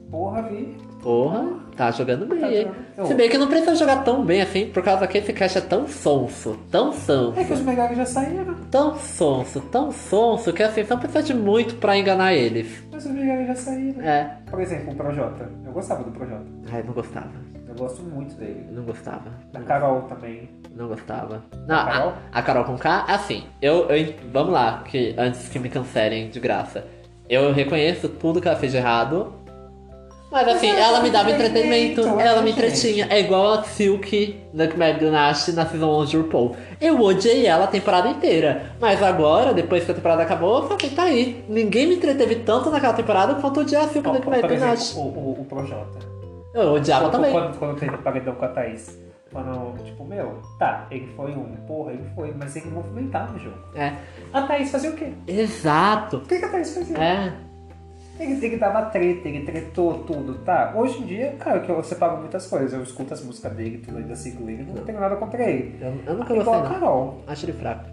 Speaker 2: porra, vi.
Speaker 1: Porra, tá jogando bem,
Speaker 2: Tá
Speaker 1: hein?
Speaker 2: jogando.
Speaker 1: Se bem que não precisa jogar tão bem assim, por causa que esse caixa é tão sonso, tão sonso,
Speaker 2: É que os melhores já saíram.
Speaker 1: tão sonso, tão sonso, que assim, só precisa de muito pra enganar eles.
Speaker 2: Mas os melhores já saíram.
Speaker 1: É.
Speaker 2: Por exemplo, o Projota. Eu gostava do Projota.
Speaker 1: Ai, não gostava.
Speaker 2: Eu gosto muito dele.
Speaker 1: Não gostava.
Speaker 2: Da Carol também.
Speaker 1: Não gostava. Não,
Speaker 2: A Carol?
Speaker 1: a, a Carol com K, assim, eu, eu- Vamos lá, que antes que me cancelem de graça. Eu reconheço tudo que ela fez de errado. Mas assim,
Speaker 2: Mas
Speaker 1: ela me dava
Speaker 2: entretenimento,
Speaker 1: entretenimento,
Speaker 2: é,
Speaker 1: ela me
Speaker 2: gente.
Speaker 1: entretinha. É igual a Silk da McDonald's na Season 11 de RuPaul. Eu odiei ela a temporada inteira. Mas agora, depois que a temporada acabou, eu falei, tá aí. Ninguém me entreteve tanto naquela temporada quanto odiar a Silk da
Speaker 2: Por
Speaker 1: McDonald's.
Speaker 2: exemplo, o, o, o Projota.
Speaker 1: Eu odiava
Speaker 2: Quando-
Speaker 1: também.
Speaker 2: Quando, quando teve o paredão com a Thaís. Quando, tipo, meu, tá, ele foi um, porra, ele foi, mas ele movimentava o jogo.
Speaker 1: É.
Speaker 2: A Thaís fazia o quê?
Speaker 1: Exato.
Speaker 2: O que, que a Thaís fazia?
Speaker 1: É.
Speaker 2: Ele, ele dava treta, ele tretou tudo, tá? Hoje em dia, cara, que eu separo muitas coisas. Eu escuto as músicas dele, tudo ainda sigo ele, não tenho nada contra ele.
Speaker 1: Eu, eu nunca gostei,
Speaker 2: Igual a
Speaker 1: não.
Speaker 2: Carol.
Speaker 1: Acho ele fraco.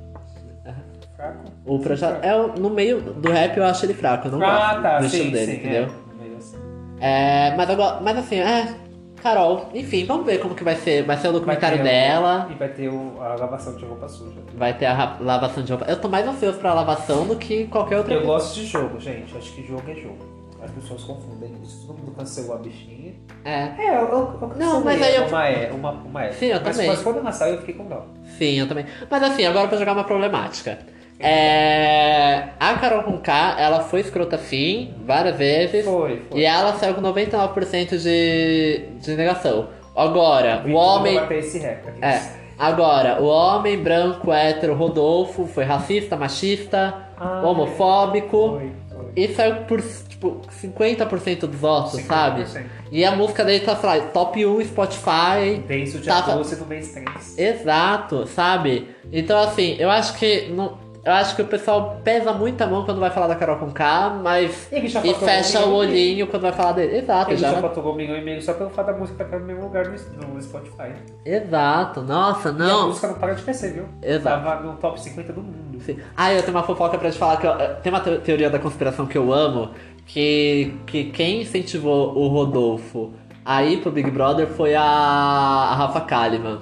Speaker 2: Fraco.
Speaker 1: O
Speaker 2: Sim,
Speaker 1: projeto
Speaker 2: fraco.
Speaker 1: é o- no meio do rap eu acho ele fraco, eu não
Speaker 2: Ah,
Speaker 1: gosto
Speaker 2: tá,
Speaker 1: do
Speaker 2: sim,
Speaker 1: estilo
Speaker 2: sim.
Speaker 1: dele,
Speaker 2: é.
Speaker 1: entendeu?
Speaker 2: Meio assim.
Speaker 1: É, mas agora, mas assim, é, Carol, enfim, vamos ver como que vai ser, vai ser o
Speaker 2: Vai
Speaker 1: documentário
Speaker 2: ter o-
Speaker 1: dela,
Speaker 2: E vai ter o- a lavação de roupa suja.
Speaker 1: vai ter a ra- lavação de roupa. Eu tô mais ansioso pra lavação do que qualquer outra
Speaker 2: Eu
Speaker 1: coisa.
Speaker 2: gosto de jogo, gente. Acho que jogo é jogo. As pessoas confundem isso. Todo mundo cancelou a bichinha.
Speaker 1: É,
Speaker 2: É, eu, eu, eu
Speaker 1: Não, mas aí eu-
Speaker 2: Uma é, uma, uma é.
Speaker 1: Sim, eu
Speaker 2: mas,
Speaker 1: também.
Speaker 2: mas quando ela saiu, eu fiquei com dó.
Speaker 1: sim, eu também. Mas assim, agora eu vou jogar uma problemática. É, a Carol com K, ela foi escrota sim, várias vezes.
Speaker 2: Foi,
Speaker 1: E
Speaker 2: foi.
Speaker 1: ela saiu com 99% de, de negação. Agora, é o
Speaker 2: Então,
Speaker 1: homem.
Speaker 2: Eu vou bater esse rap aqui.
Speaker 1: É. Agora, o homem branco hétero Rodolfo foi racista, machista,
Speaker 2: Ah,
Speaker 1: homofóbico.
Speaker 2: Foi, foi.
Speaker 1: E saiu por, tipo, 50% dos votos, sabe?
Speaker 2: 50%.
Speaker 1: E a música dele tá, sei lá, top 1 Spotify.
Speaker 2: Denso de
Speaker 1: Tava-
Speaker 2: doce no mês 3.
Speaker 1: Exato, sabe? Então, assim, eu acho que... Não, eu acho que o pessoal pesa muito a mão quando vai falar da Carol com K, mas...
Speaker 2: Ele já
Speaker 1: E
Speaker 2: faturou
Speaker 1: fecha
Speaker 2: um
Speaker 1: o
Speaker 2: milhão e meio.
Speaker 1: olhinho quando vai falar dele. Exato,
Speaker 2: Ele já,
Speaker 1: já.
Speaker 2: faturou um milhão e meio só pelo fato da música estar no mesmo lugar no, no Spotify.
Speaker 1: Exato, nossa,
Speaker 2: E a
Speaker 1: não.
Speaker 2: música não para de crescer, viu?
Speaker 1: Exato.
Speaker 2: Tava no top 50 do mundo.
Speaker 1: Sim. Ah, eu tenho uma fofoca pra te falar que eu- eh, tem uma te- teoria da conspiração que eu amo, que, que quem incentivou o Rodolfo a ir pro Big Brother foi a, a Rafa Kalimann.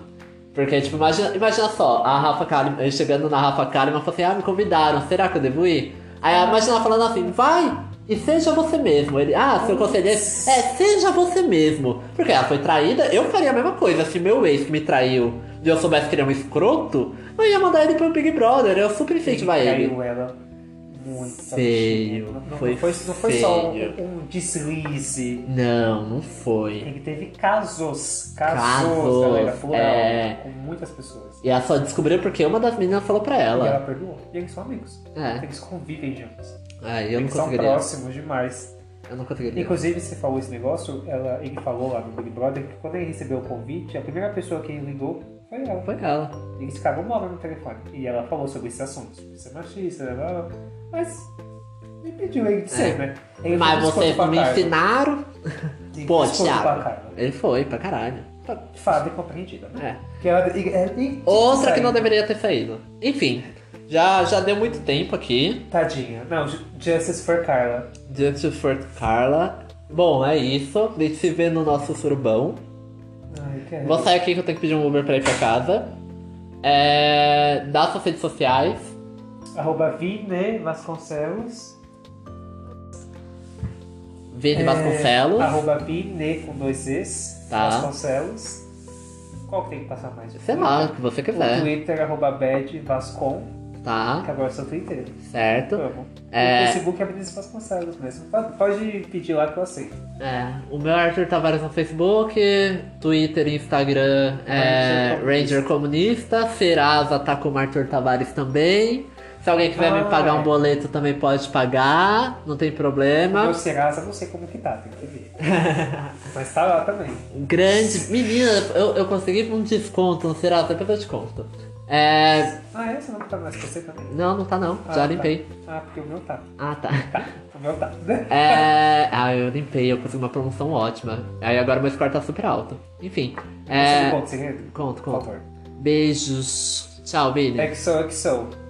Speaker 1: Porque, tipo, imagina, imagina só, a Rafa Kalimann, eu chegando na Rafa Kalimann, falou assim, ah, me convidaram, será que eu devo ir? Aí ela- imagina ela falando assim, vai e seja você mesmo. Ele, ah, seu conselheiro, é, seja você mesmo. Porque ela foi traída, eu faria a mesma coisa. Se meu ex me traiu e eu soubesse que ele é um escroto, eu ia mandar ele pro Big Brother, eu super incentivava ele.
Speaker 2: Caiu ela muito.
Speaker 1: Feio,
Speaker 2: Não, não
Speaker 1: foi
Speaker 2: foi, não foi só
Speaker 1: feio.
Speaker 2: um, um deslize.
Speaker 1: Não, não foi.
Speaker 2: Ele teve casos, casos,
Speaker 1: Casos,
Speaker 2: galera, plural, né?
Speaker 1: é.
Speaker 2: com muitas pessoas.
Speaker 1: E ela só descobriu porque uma das meninas falou pra
Speaker 2: E
Speaker 1: ela.
Speaker 2: ela perdoou. E eles são amigos.
Speaker 1: É,
Speaker 2: Eles convivem juntos.
Speaker 1: aí eu não
Speaker 2: eles são
Speaker 1: conseguiria.
Speaker 2: próximos demais.
Speaker 1: Eu não conseguiria.
Speaker 2: Inclusive, você falou esse negócio, ela, ele falou lá no Big Brother que quando ele recebeu o convite, a primeira pessoa que ele ligou foi ela.
Speaker 1: Foi ela.
Speaker 2: Eles ficaram uma hora no telefone. E ela falou sobre esses assuntos. Isso é machista, blá, blá, blá. mas. pediu ele de ser, né? Ele
Speaker 1: Mas
Speaker 2: fez um
Speaker 1: vocês
Speaker 2: desconto pra
Speaker 1: me
Speaker 2: Carla.
Speaker 1: ensinaram.
Speaker 2: Ele
Speaker 1: Pô,
Speaker 2: fez um desconto pra
Speaker 1: Thiago.
Speaker 2: Carla.
Speaker 1: Ele foi pra caralho.
Speaker 2: Fada incompreendida, né?
Speaker 1: É.
Speaker 2: Que ela, e- e- e-
Speaker 1: Outra que
Speaker 2: saiu.
Speaker 1: não deveria ter saído. Enfim, já, já deu muito tempo aqui.
Speaker 2: Tadinha. Não, Ju- Justice for Carla.
Speaker 1: Justice for Carla. Bom, é isso. A gente se vê no nosso surubão.
Speaker 2: Ai, que é
Speaker 1: Vou sair aqui que eu tenho que pedir um Uber pra ir pra casa. É... Dá suas redes sociais.
Speaker 2: Arroba Vine Vasconcelos.
Speaker 1: Vini
Speaker 2: É,
Speaker 1: Vasconcelos.
Speaker 2: Arroba Vine com dois Zs.
Speaker 1: Tá.
Speaker 2: Vasconcelos. Qual que tem que passar mais?
Speaker 1: Sei lá, o que você
Speaker 2: O
Speaker 1: quiser.
Speaker 2: Twitter, arroba Bad Vascon. Que
Speaker 1: Tá,
Speaker 2: agora é seu Twitter.
Speaker 1: certo.
Speaker 2: Amo.
Speaker 1: É.
Speaker 2: O Facebook é Vinícius Vasconcelos mesmo. Pode- Pode pedir lá que eu aceito.
Speaker 1: É, o meu é Arthur Tavares no Facebook, Twitter e Instagram é
Speaker 2: Ranger
Speaker 1: Ranger Comunista, Serasa tá como Arthur Tavares também. Se alguém quiser me
Speaker 2: Ah,
Speaker 1: pagar
Speaker 2: é.
Speaker 1: um boleto também pode pagar, não tem
Speaker 2: O
Speaker 1: problema.
Speaker 2: Meu Serasa, não sei como que tá, tem
Speaker 1: (laughs)
Speaker 2: que ver. Mas tá lá também.
Speaker 1: Grande. Menina, eu, eu consegui um desconto no Serasa, depois eu te conto. É.
Speaker 2: Ah, é? Você não tá mais com você também?
Speaker 1: Não, não tá não.
Speaker 2: Ah,
Speaker 1: Já
Speaker 2: tá.
Speaker 1: limpei.
Speaker 2: Ah, porque o meu tá.
Speaker 1: Ah, tá.
Speaker 2: O meu tá. (laughs)
Speaker 1: É. Ah, eu limpei, eu consegui uma promoção ótima. Aí agora meu score tá super alto. Enfim.
Speaker 2: Você me
Speaker 1: É.
Speaker 2: conta o segredo?
Speaker 1: Conto,
Speaker 2: Por É
Speaker 1: conto.
Speaker 2: favor.
Speaker 1: Beijos. Tchau, Billy.
Speaker 2: XOXO.